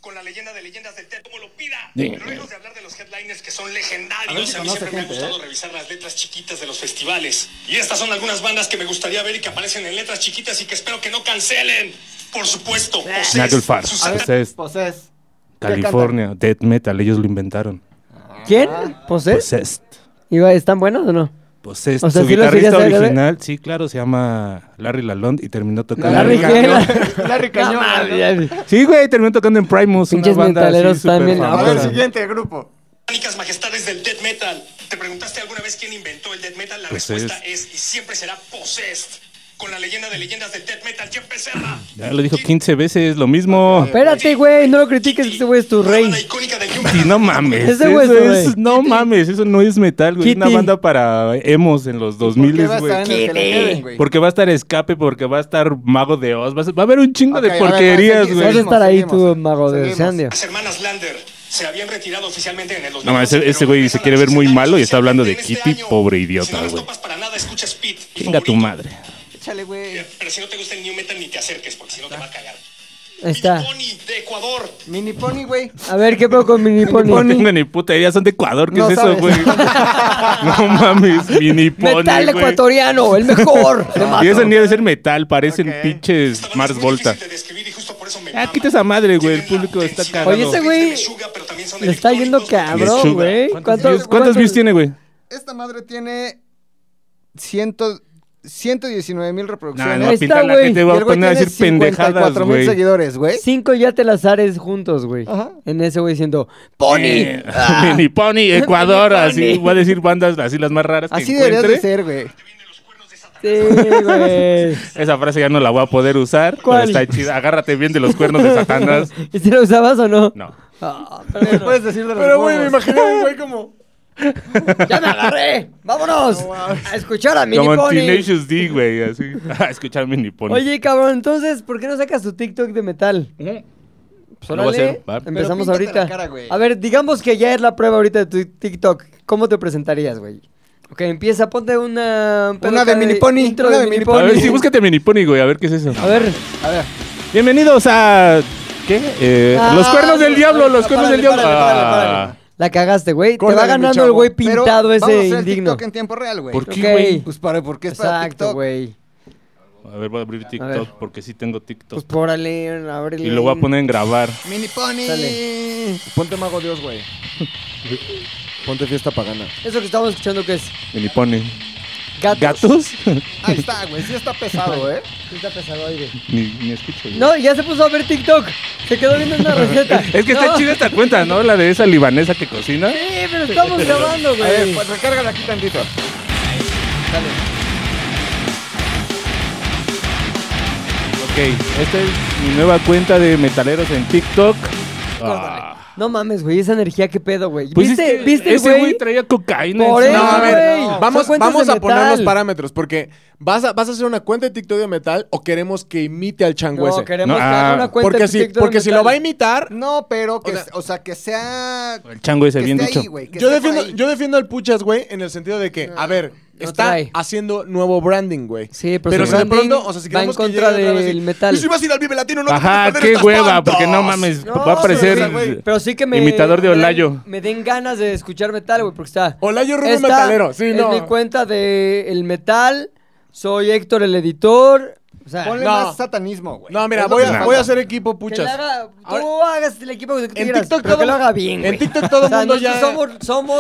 Speaker 7: con la leyenda de leyendas del teatro como lo pida.
Speaker 4: Sí.
Speaker 7: Pero lejos de hablar de los headliners que son legendarios. A,
Speaker 3: ver si
Speaker 7: mí
Speaker 3: conoce
Speaker 7: siempre me ha
Speaker 3: gente,
Speaker 7: gustado revisar las letras chiquitas de los festivales. Y estas son algunas bandas que me gustaría ver y que aparecen en letras chiquitas y que espero que no cancelen. Por supuesto, Possessed,
Speaker 4: Nagelfar.
Speaker 7: Susan-
Speaker 4: Esa Pues es este,
Speaker 3: Poses.
Speaker 4: California, Death Metal, ellos lo inventaron.
Speaker 1: ¿Quién?
Speaker 3: Ah.
Speaker 1: ¿Poses?
Speaker 4: Possessed.
Speaker 1: Iba, ¿Están buenos o no?
Speaker 4: Possessed.
Speaker 1: ¿Eh? O sea,
Speaker 4: Su
Speaker 1: sí lo
Speaker 4: guitarrista
Speaker 1: seguías, ¿eh?
Speaker 4: original, sí, claro, se llama Larry Lalonde y terminó tocando.
Speaker 1: Larry
Speaker 4: en-
Speaker 1: Cañón.
Speaker 3: Larry Cañón.
Speaker 1: No,
Speaker 3: ¿no?
Speaker 1: madre, ya-
Speaker 4: Sí, güey, terminó tocando en Primus. una
Speaker 1: Pinches
Speaker 4: banda así
Speaker 1: metaleros
Speaker 4: súper
Speaker 1: también, ah, pues,
Speaker 3: A
Speaker 4: famosa.
Speaker 3: ver, siguiente grupo.
Speaker 7: Satánicas majestades del death metal. ¿Te preguntaste alguna vez quién inventó el death metal? La
Speaker 4: Pues
Speaker 7: respuesta
Speaker 4: es-
Speaker 7: es. y siempre será Possessed. con la leyenda de leyendas del death metal, Jeff Becerra.
Speaker 4: Ya lo dijo 15 veces, lo mismo.
Speaker 1: Espérate, güey, no lo critiques, que este güey es tu
Speaker 7: Una
Speaker 1: rey.
Speaker 7: banda icónica del
Speaker 4: Sí, no mames.
Speaker 1: Ese güey
Speaker 4: eso
Speaker 1: es-
Speaker 4: es- no mames, eso no es metal, güey. Es una
Speaker 1: Kitty.
Speaker 4: banda para emos en los 2000,
Speaker 3: ¿Por qué va a estar en el
Speaker 4: güey.
Speaker 3: que la queden, güey?
Speaker 4: Porque va a estar escape, porque va a estar mago de Oz. Va a, ser- va a haber un
Speaker 3: Ok,
Speaker 4: chingo
Speaker 3: a
Speaker 4: de
Speaker 3: ver, va,
Speaker 4: porquerías,
Speaker 3: seguí,
Speaker 4: güey.
Speaker 1: Vas a estar ahí
Speaker 3: Seguimos,
Speaker 1: tu
Speaker 3: seguimos,
Speaker 1: mago de
Speaker 3: seguimos.
Speaker 1: Sandia.
Speaker 7: Las hermanas Lander se habían retirado oficialmente en el 2000.
Speaker 4: No, ese- ese güey se quiere ver muy malo y está hablando de Kitty, pobre idiota,
Speaker 7: este Si no las
Speaker 4: güey.
Speaker 7: topas para nada, escucha Speed. mi
Speaker 4: Chinga tu
Speaker 7: favorito.
Speaker 4: madre.
Speaker 3: Échale, güey.
Speaker 7: Pero si no te gusta el New Metal, ni te acerques, porque si no te va a cagar.
Speaker 1: Ahí está.
Speaker 7: Pony de Ecuador.
Speaker 3: Mini Pony, güey.
Speaker 1: A ver, ¿qué pedo con Mini
Speaker 4: No
Speaker 1: Pony?
Speaker 4: tengo ni puta idea, son de Ecuador, ¿qué
Speaker 3: No
Speaker 4: es eso,
Speaker 3: sabes.
Speaker 4: güey? no mames, mini pony,
Speaker 1: Metal
Speaker 4: güey.
Speaker 1: ecuatoriano, el mejor. Te mato.
Speaker 4: Y eso ni ha de ser metal, parecen pinches
Speaker 7: Esta banda
Speaker 4: Mars
Speaker 7: es muy
Speaker 4: Volta.
Speaker 7: difícil de describir y justo por eso me
Speaker 4: Ah,
Speaker 7: mama.
Speaker 4: quita esa madre, güey, el
Speaker 7: Tienen la
Speaker 4: público está
Speaker 7: densidad
Speaker 4: cagado.
Speaker 1: Oye, ese güey
Speaker 7: Lechuga, pero también son
Speaker 1: Le está yendo
Speaker 7: electrónicos.
Speaker 1: cabrón,
Speaker 4: Lechuga.
Speaker 1: güey.
Speaker 4: ¿Cuántos, views- cuántos views tiene, güey?
Speaker 3: Esta madre tiene ciento, 119 mil
Speaker 4: No,
Speaker 3: reproducciones.
Speaker 4: no,
Speaker 1: Ahí
Speaker 4: pinta
Speaker 1: está,
Speaker 4: la
Speaker 1: güey.
Speaker 4: gente,
Speaker 3: Y
Speaker 4: va
Speaker 3: el
Speaker 4: a
Speaker 3: güey
Speaker 4: poner a
Speaker 3: tiene
Speaker 4: decir pendejadas,
Speaker 3: 54 mil
Speaker 4: güey.
Speaker 3: seguidores, güey.
Speaker 1: Cinco ya te las ares juntos, güey.
Speaker 3: Ajá.
Speaker 1: En ese güey diciendo, ¡Pony!
Speaker 4: Eh, Mini Pony, Ecuador,
Speaker 1: Mini
Speaker 4: así
Speaker 1: Pony.
Speaker 4: va a decir bandas así las más raras que
Speaker 3: Así deberías de
Speaker 4: encuentre.
Speaker 3: ser, güey.
Speaker 1: Sí, güey.
Speaker 4: Esa frase ya no la voy a poder usar, pero
Speaker 1: ¿Cuál?
Speaker 4: está chida. Agárrate bien de los cuernos de Satanás.
Speaker 1: ¿Y si ¿Este lo usabas o no?
Speaker 4: No.
Speaker 1: Ah,
Speaker 3: Me
Speaker 1: pero bueno.
Speaker 3: puedes decir de los
Speaker 2: Pero, güey, me
Speaker 3: huevos.
Speaker 2: imaginé a un güey como.
Speaker 1: ¡Ya me agarré! ¡Vámonos! a escuchar a Mini
Speaker 4: Como en
Speaker 1: Pony.
Speaker 4: Tenacious D, güey, así. Escuchar Mini Pony.
Speaker 1: Oye, cabrón, entonces, ¿por qué no sacas tu TikTok de metal? Pues
Speaker 4: Lo voy a
Speaker 1: órale,
Speaker 4: hacer, va.
Speaker 1: empezamos
Speaker 3: Pero
Speaker 1: ahorita.
Speaker 3: píntate la cara, güey.
Speaker 1: a ver, digamos que ya es la prueba ahorita de tu TikTok. ¿Cómo te presentarías, güey? Ok, empieza, ponte una... un pedo
Speaker 3: Una de
Speaker 1: acá
Speaker 3: Mini Pony,
Speaker 1: intro
Speaker 3: una
Speaker 1: de
Speaker 3: de
Speaker 1: Mini
Speaker 3: Mini
Speaker 1: Pony. Ah.
Speaker 4: A ver, sí, búscate Mini Pony, güey, a ver qué es eso.
Speaker 1: A ver,
Speaker 3: A ver,
Speaker 4: Bienvenidos a. ¿Qué? Eh,
Speaker 1: Ah,
Speaker 4: los cuernos del diablo, los
Speaker 1: ah,
Speaker 4: cuernos del
Speaker 1: párale,
Speaker 4: diablo.
Speaker 1: párale, párale,
Speaker 4: Ah,
Speaker 1: la cagaste, güey. Te
Speaker 2: Córrele,
Speaker 1: va
Speaker 2: mi
Speaker 1: ganando el
Speaker 2: chavo.
Speaker 1: güey
Speaker 3: pero
Speaker 1: pintado
Speaker 3: vamos a
Speaker 1: ese
Speaker 3: hacer el
Speaker 1: indigno.
Speaker 3: TikTok en tiempo real, güey.
Speaker 4: ¿Por qué,
Speaker 1: Ok.
Speaker 4: güey?
Speaker 3: Pues para, ¿por qué es para
Speaker 1: Exacto,
Speaker 3: TikTok?
Speaker 1: güey.
Speaker 4: A ver, voy a abrir TikTok
Speaker 1: ver.
Speaker 4: porque sí tengo TikTok.
Speaker 1: Pues pórale, ábrele.
Speaker 4: y lo voy a poner en grabar.
Speaker 3: Mini Pony.
Speaker 1: Sale.
Speaker 2: Ponte mago Dios, güey. Ponte fiesta pagana.
Speaker 1: Eso que estamos escuchando que es
Speaker 4: Mini Pony.
Speaker 1: gatos.
Speaker 4: ¿Gatos?
Speaker 3: Ahí está, güey. Sí está pesado, ¿eh?
Speaker 1: Sí está pesadoide.
Speaker 4: ni, ni escucho. güey.
Speaker 1: No, ya se puso a ver TikTok. Se quedó viendo una receta.
Speaker 4: Es que está
Speaker 1: No.
Speaker 4: chida esta cuenta, ¿no? La de esa libanesa que cocina.
Speaker 1: Sí, pero estamos grabando,
Speaker 3: A ver,
Speaker 1: güey.
Speaker 3: pues recárgala aquí tantito.
Speaker 4: Ok, esta es mi nueva cuenta de metaleros en TikTok. Ah.
Speaker 1: No mames, güey, esa energía, qué pedo, güey.
Speaker 4: Pues
Speaker 1: ¿Viste,
Speaker 4: es que
Speaker 1: ¿viste
Speaker 4: ese
Speaker 1: güey?
Speaker 4: güey traía cocaína.
Speaker 1: Por
Speaker 4: encima.
Speaker 2: No,
Speaker 1: eso,
Speaker 2: a ver,
Speaker 1: güey.
Speaker 2: vamos,
Speaker 1: Son cuentas
Speaker 2: vamos
Speaker 1: de
Speaker 2: a poner los
Speaker 1: metal.
Speaker 2: parámetros, porque vas a, vas a hacer una cuenta de TikTok de metal o queremos que imite al chango
Speaker 1: No,
Speaker 2: ese.
Speaker 1: queremos
Speaker 4: No,
Speaker 1: que haga
Speaker 4: ah,
Speaker 1: una cuenta
Speaker 2: Porque,
Speaker 1: de
Speaker 2: si,
Speaker 1: TikTok de
Speaker 2: porque si lo
Speaker 1: metal.
Speaker 2: va a imitar,
Speaker 3: No, pero que,
Speaker 2: O
Speaker 3: o
Speaker 2: sea-
Speaker 3: sea, que sea.
Speaker 4: El chango ese,
Speaker 3: que
Speaker 4: bien
Speaker 3: esté
Speaker 4: dicho.
Speaker 3: ahí, güey. que
Speaker 2: yo
Speaker 3: esté por
Speaker 2: defiendo,
Speaker 3: ahí.
Speaker 2: yo defiendo al Puchas, güey, en el sentido de que, a ver, está
Speaker 1: trae.
Speaker 2: haciendo nuevo branding, güey.
Speaker 1: Sí, pero
Speaker 2: pero
Speaker 1: su
Speaker 2: si de
Speaker 1: branding
Speaker 2: pronto, o sea,
Speaker 1: va
Speaker 2: si
Speaker 1: en
Speaker 2: queremos que
Speaker 1: contra
Speaker 2: llegue otra vez
Speaker 1: del
Speaker 2: y-
Speaker 1: metal.
Speaker 2: Y si vas a ir al Vive Latino, no te
Speaker 4: Ajá,
Speaker 2: puedes perder
Speaker 4: qué
Speaker 2: estas
Speaker 4: hueva,
Speaker 2: bandas".
Speaker 4: porque no mames,
Speaker 1: No,
Speaker 4: va a parecer
Speaker 1: pero, güey, pero sí que me.
Speaker 4: imitador de
Speaker 1: me den-
Speaker 4: Olayo.
Speaker 1: Me den ganas de escuchar metal, güey, porque está.
Speaker 2: Olayo Rubio
Speaker 1: Esta
Speaker 2: Metalero, sí,
Speaker 1: es
Speaker 2: no.
Speaker 1: mi cuenta de El Metal. Soy Héctor el editor. O sea,
Speaker 3: Ponle
Speaker 2: No.
Speaker 3: más satanismo, güey.
Speaker 2: No, mira,
Speaker 3: Es lo
Speaker 2: voy
Speaker 3: que
Speaker 2: a,
Speaker 3: falta.
Speaker 2: voy a hacer equipo
Speaker 1: que le
Speaker 2: Puchas.
Speaker 1: haga, tú
Speaker 2: Ahora-
Speaker 1: hagas el equipo que tú
Speaker 2: En
Speaker 1: quieras,
Speaker 2: TikTok
Speaker 1: pero que
Speaker 2: todo-
Speaker 1: lo haga bien,
Speaker 2: en
Speaker 1: güey.
Speaker 2: TikTok todo
Speaker 1: O sea,
Speaker 2: mundo
Speaker 1: nosotros
Speaker 2: ya-
Speaker 1: somos,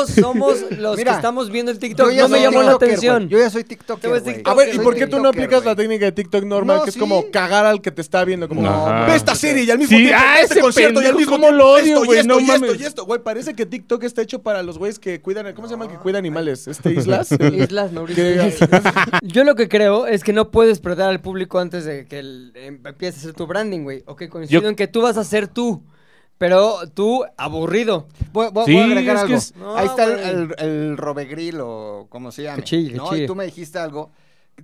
Speaker 1: somos, somos los
Speaker 3: Mira,
Speaker 1: que estamos viendo el TikTok.
Speaker 3: ya
Speaker 1: No me
Speaker 3: soy
Speaker 1: llamó la
Speaker 3: tiktoker,
Speaker 1: atención.
Speaker 3: güey. Yo ya soy TikToker,
Speaker 1: Yo soy
Speaker 3: güey. Ah,
Speaker 2: A
Speaker 1: TikToker,
Speaker 2: ver, ¿y
Speaker 1: soy
Speaker 2: por qué tú no
Speaker 3: TikToker,
Speaker 2: aplicas la
Speaker 3: güey?
Speaker 2: técnica de TikTok normal?
Speaker 3: No,
Speaker 2: que es
Speaker 3: sí.
Speaker 2: como cagar al que te está viendo, como
Speaker 4: Ajá.
Speaker 2: ve esta serie y al mismo
Speaker 4: Sí,
Speaker 2: tiempo
Speaker 4: ah,
Speaker 2: ve
Speaker 4: ese
Speaker 2: este concierto y al
Speaker 4: pendejo,
Speaker 2: mismo
Speaker 4: ¿cómo
Speaker 2: tiempo
Speaker 4: lo
Speaker 2: esto,
Speaker 4: odio,
Speaker 2: y
Speaker 4: güey?
Speaker 2: esto,
Speaker 4: No
Speaker 2: y esto
Speaker 4: mames.
Speaker 2: y esto, güey, parece que TikTok está hecho para los güeyes que cuidan, ¿cómo se llama? el Que cuida animales, este Islas. el-
Speaker 1: Islas Mauricio.
Speaker 2: que-
Speaker 1: Yo lo que creo es que no puedes perder al público antes de que el- em- empieces a hacer tu branding, güey. Ok, coincido
Speaker 4: Yo-
Speaker 1: en que tú vas a ser tú, pero tú aburrido.
Speaker 3: Voy, voy-
Speaker 4: Sí,
Speaker 3: voy a agregar
Speaker 4: es que
Speaker 3: algo.
Speaker 4: es-
Speaker 1: No,
Speaker 3: Ahí está el,
Speaker 1: güey.
Speaker 3: el, el robegril o como se llama.
Speaker 1: Que chille, que
Speaker 3: ¿no?
Speaker 1: chille.
Speaker 3: Y tú me dijiste algo.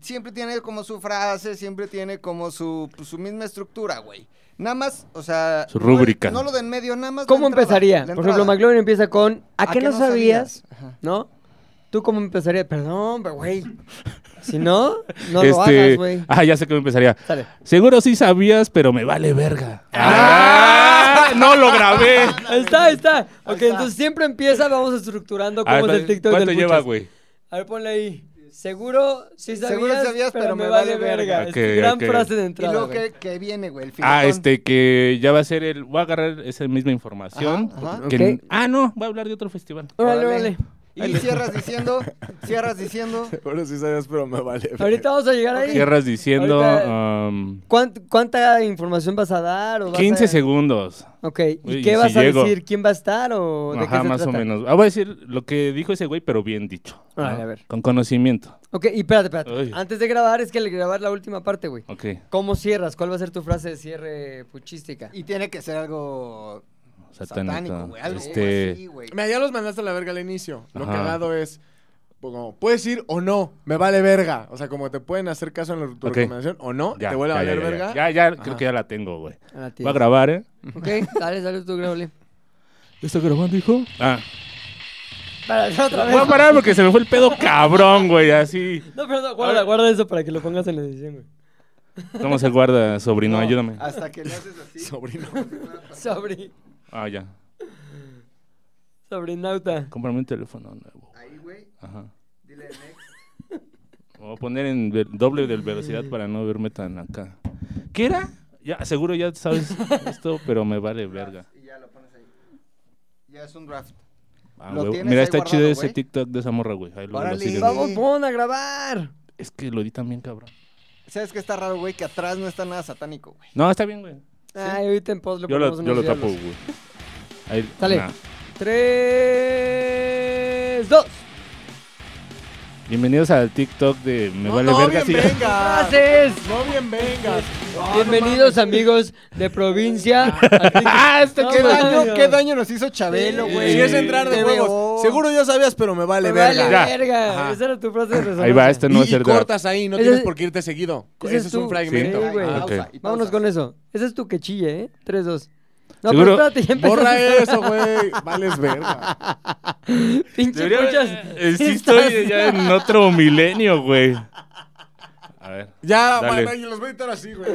Speaker 3: Siempre tiene como su frase, siempre tiene como su, pues, su misma estructura, güey. Nada más, o sea.
Speaker 4: Su
Speaker 3: no el-
Speaker 4: rúbrica.
Speaker 3: No, lo de en medio, nada más. la
Speaker 1: ¿Cómo
Speaker 3: entrada,
Speaker 1: empezaría?
Speaker 3: la
Speaker 1: Por ejemplo,
Speaker 3: entrada.
Speaker 1: McLovin empieza con ¿A, qué no sabías?
Speaker 3: Ajá.
Speaker 1: ¿No? ¿Tú cómo empezarías? Perdón, pero güey. Si no, no lo hagas,
Speaker 4: este,
Speaker 1: güey.
Speaker 4: ah, ya sé que me empezaría.
Speaker 1: Sale.
Speaker 4: Seguro sí sabías, pero me vale verga. Ah, no lo grabé. Ah,
Speaker 1: Ahí está, ahí está. Ok, entonces siempre empieza, vamos estructurando
Speaker 4: Ah,
Speaker 1: cómo es el TikTok
Speaker 4: ¿Cuánto
Speaker 1: del
Speaker 4: lleva,
Speaker 1: Puchas.
Speaker 4: güey?
Speaker 1: A ver, ponle ahí. Seguro, sí sabías,
Speaker 3: Seguro sabías,
Speaker 1: pero, me vale verga.
Speaker 4: Ok,
Speaker 1: es tu gran
Speaker 4: ok.
Speaker 1: frase de
Speaker 3: Y
Speaker 1: entrada.
Speaker 3: luego
Speaker 1: güey.
Speaker 3: que, que viene, güey, el
Speaker 4: Ah,
Speaker 3: filetón.
Speaker 4: este, que ya va a ser el... Voy a agarrar esa misma información.
Speaker 3: Ajá, ajá.
Speaker 4: que-
Speaker 1: Ok.
Speaker 4: Ah, no, voy a hablar de otro festival.
Speaker 1: Órale,
Speaker 3: Órale.
Speaker 1: órale.
Speaker 3: Y cierras diciendo, cierras diciendo.
Speaker 2: Ahora sí sabes, pero me vale. ver.
Speaker 1: Ahorita vamos a llegar ahí.
Speaker 4: Cierras diciendo
Speaker 1: Ahorita-
Speaker 4: um,
Speaker 1: ¿Cuánt- ¿Cuánta información vas a dar? O vas
Speaker 4: 15
Speaker 1: a-
Speaker 4: segundos.
Speaker 1: Ok, ¿y
Speaker 4: Uy,
Speaker 1: qué
Speaker 4: si
Speaker 1: vas a
Speaker 4: llego.
Speaker 1: decir? ¿Quién va a estar o de qué
Speaker 4: Ajá,
Speaker 1: se
Speaker 4: más o
Speaker 1: trata?
Speaker 4: menos. Ah, voy a decir lo que dijo ese güey, pero bien dicho.
Speaker 1: Órale,
Speaker 4: ¿no?
Speaker 1: a ver.
Speaker 4: Con conocimiento.
Speaker 1: Ok, y espérate, espérate.
Speaker 4: Ay.
Speaker 1: Antes de grabar, es que al grabar la última parte, güey.
Speaker 4: Ok.
Speaker 1: ¿Cómo cierras? ¿Cuál va a ser tu frase de cierre puchística?
Speaker 3: Y tiene que ser algo satánico,
Speaker 4: Satánico.
Speaker 3: güey. Algo
Speaker 4: este,
Speaker 3: así, güey.
Speaker 2: Mira, ya los mandaste a la verga al inicio. Lo
Speaker 4: Ajá.
Speaker 2: cagado es. Como, puedes ir o no, me vale verga. O sea, como te pueden hacer caso en la- tu
Speaker 4: Ok.
Speaker 2: recomendación o no,
Speaker 4: ya,
Speaker 2: te vuelve a
Speaker 4: ya, ya,
Speaker 2: valer
Speaker 4: ya,
Speaker 2: verga.
Speaker 4: Ya, ya,
Speaker 2: Ajá.
Speaker 4: creo que ya la tengo, güey.
Speaker 1: Ah, tío.
Speaker 4: Va a grabar, ¿eh?
Speaker 1: Ok, dale, dale tú, grábale.
Speaker 4: ¿Ya está grabando, hijo? Ah.
Speaker 1: Para, otra vez.
Speaker 4: Voy a parar porque se me fue el pedo cabrón, güey. Así.
Speaker 1: No, pero no, guarda, guarda eso para que lo pongas en la edición, güey.
Speaker 4: ¿Cómo se guarda, sobrino? Ayúdame.
Speaker 3: Hasta que le haces así.
Speaker 2: Sobrino.
Speaker 1: Sobre,
Speaker 4: Ah, ya.
Speaker 1: sobre Nauta.
Speaker 4: Cómprame un teléfono nuevo.
Speaker 3: Ahí, güey.
Speaker 4: Ajá.
Speaker 3: Dile next.
Speaker 4: Me Voy a poner en ve- doble de velocidad para no verme tan acá. ¿Qué era? Ya, seguro ya sabes esto, pero me vale verga.
Speaker 3: Y ya lo pones ahí. Ya es un draft.
Speaker 4: Ah,
Speaker 3: Lo
Speaker 4: huevo.
Speaker 3: tienes
Speaker 4: Mira,
Speaker 3: ahí
Speaker 4: está
Speaker 3: guardado,
Speaker 4: chido ese
Speaker 3: güey.
Speaker 4: TikTok de esa morra, güey. Ahí lo- lo
Speaker 3: Órale.
Speaker 4: siguen.
Speaker 3: Vamos.
Speaker 1: Vamos, pon a grabar.
Speaker 4: Es que lo di también, cabrón.
Speaker 3: ¿Sabes qué está raro, güey? Que atrás no está nada satánico, güey.
Speaker 4: No, está bien, güey.
Speaker 1: Ay, ahorita en post lo
Speaker 4: Yo lo,
Speaker 1: ponemos
Speaker 4: yo
Speaker 1: unos
Speaker 4: lo tapo,
Speaker 1: diablos.
Speaker 4: güey. Ahí,
Speaker 1: Sale.
Speaker 4: nah.
Speaker 1: Tres, dos.
Speaker 4: Bienvenidos al TikTok de Me
Speaker 2: No,
Speaker 4: Vale
Speaker 2: no,
Speaker 4: Verga.
Speaker 2: bien
Speaker 4: sí.
Speaker 3: Ah,
Speaker 1: Frases.
Speaker 2: vengas. Ah, No, bien vengas.
Speaker 1: Bienvenidos, amigos de provincia. ah, este
Speaker 3: ¿Qué daño, qué daño nos hizo Chabelo,
Speaker 2: Si
Speaker 3: güey?
Speaker 4: Sí,
Speaker 2: es entrar de
Speaker 3: TVO.
Speaker 2: huevos. Seguro ya sabías, pero me vale
Speaker 1: Vale,
Speaker 2: verga.
Speaker 1: verga.
Speaker 4: Ya.
Speaker 2: Ajá.
Speaker 1: Esa era tu frase de resonancia.
Speaker 4: Ahí va, este no
Speaker 2: y
Speaker 4: es el
Speaker 2: y
Speaker 4: draft.
Speaker 2: cortas ahí, no
Speaker 1: Ese
Speaker 2: tienes
Speaker 1: es-
Speaker 2: por qué irte seguido.
Speaker 1: ese
Speaker 2: Ese,
Speaker 1: es
Speaker 2: es un
Speaker 1: tú.
Speaker 2: fragmento.
Speaker 1: Sí, güey.
Speaker 3: Pausa,
Speaker 4: ok.
Speaker 3: y pausa.
Speaker 1: Vámonos con eso. Ese es tu que chille, ¿eh? Tres, dos. No, pero
Speaker 4: Seguro-
Speaker 1: espérate, ya empezaste.
Speaker 2: Borra eso, güey. Vales verga.
Speaker 1: Pinche
Speaker 4: Debería-
Speaker 1: puchas.
Speaker 4: eh, sí, estoy ya en otro milenio, güey. A ver.
Speaker 2: Ya,
Speaker 4: Dale.
Speaker 2: bueno, yo los voy a editar así, güey.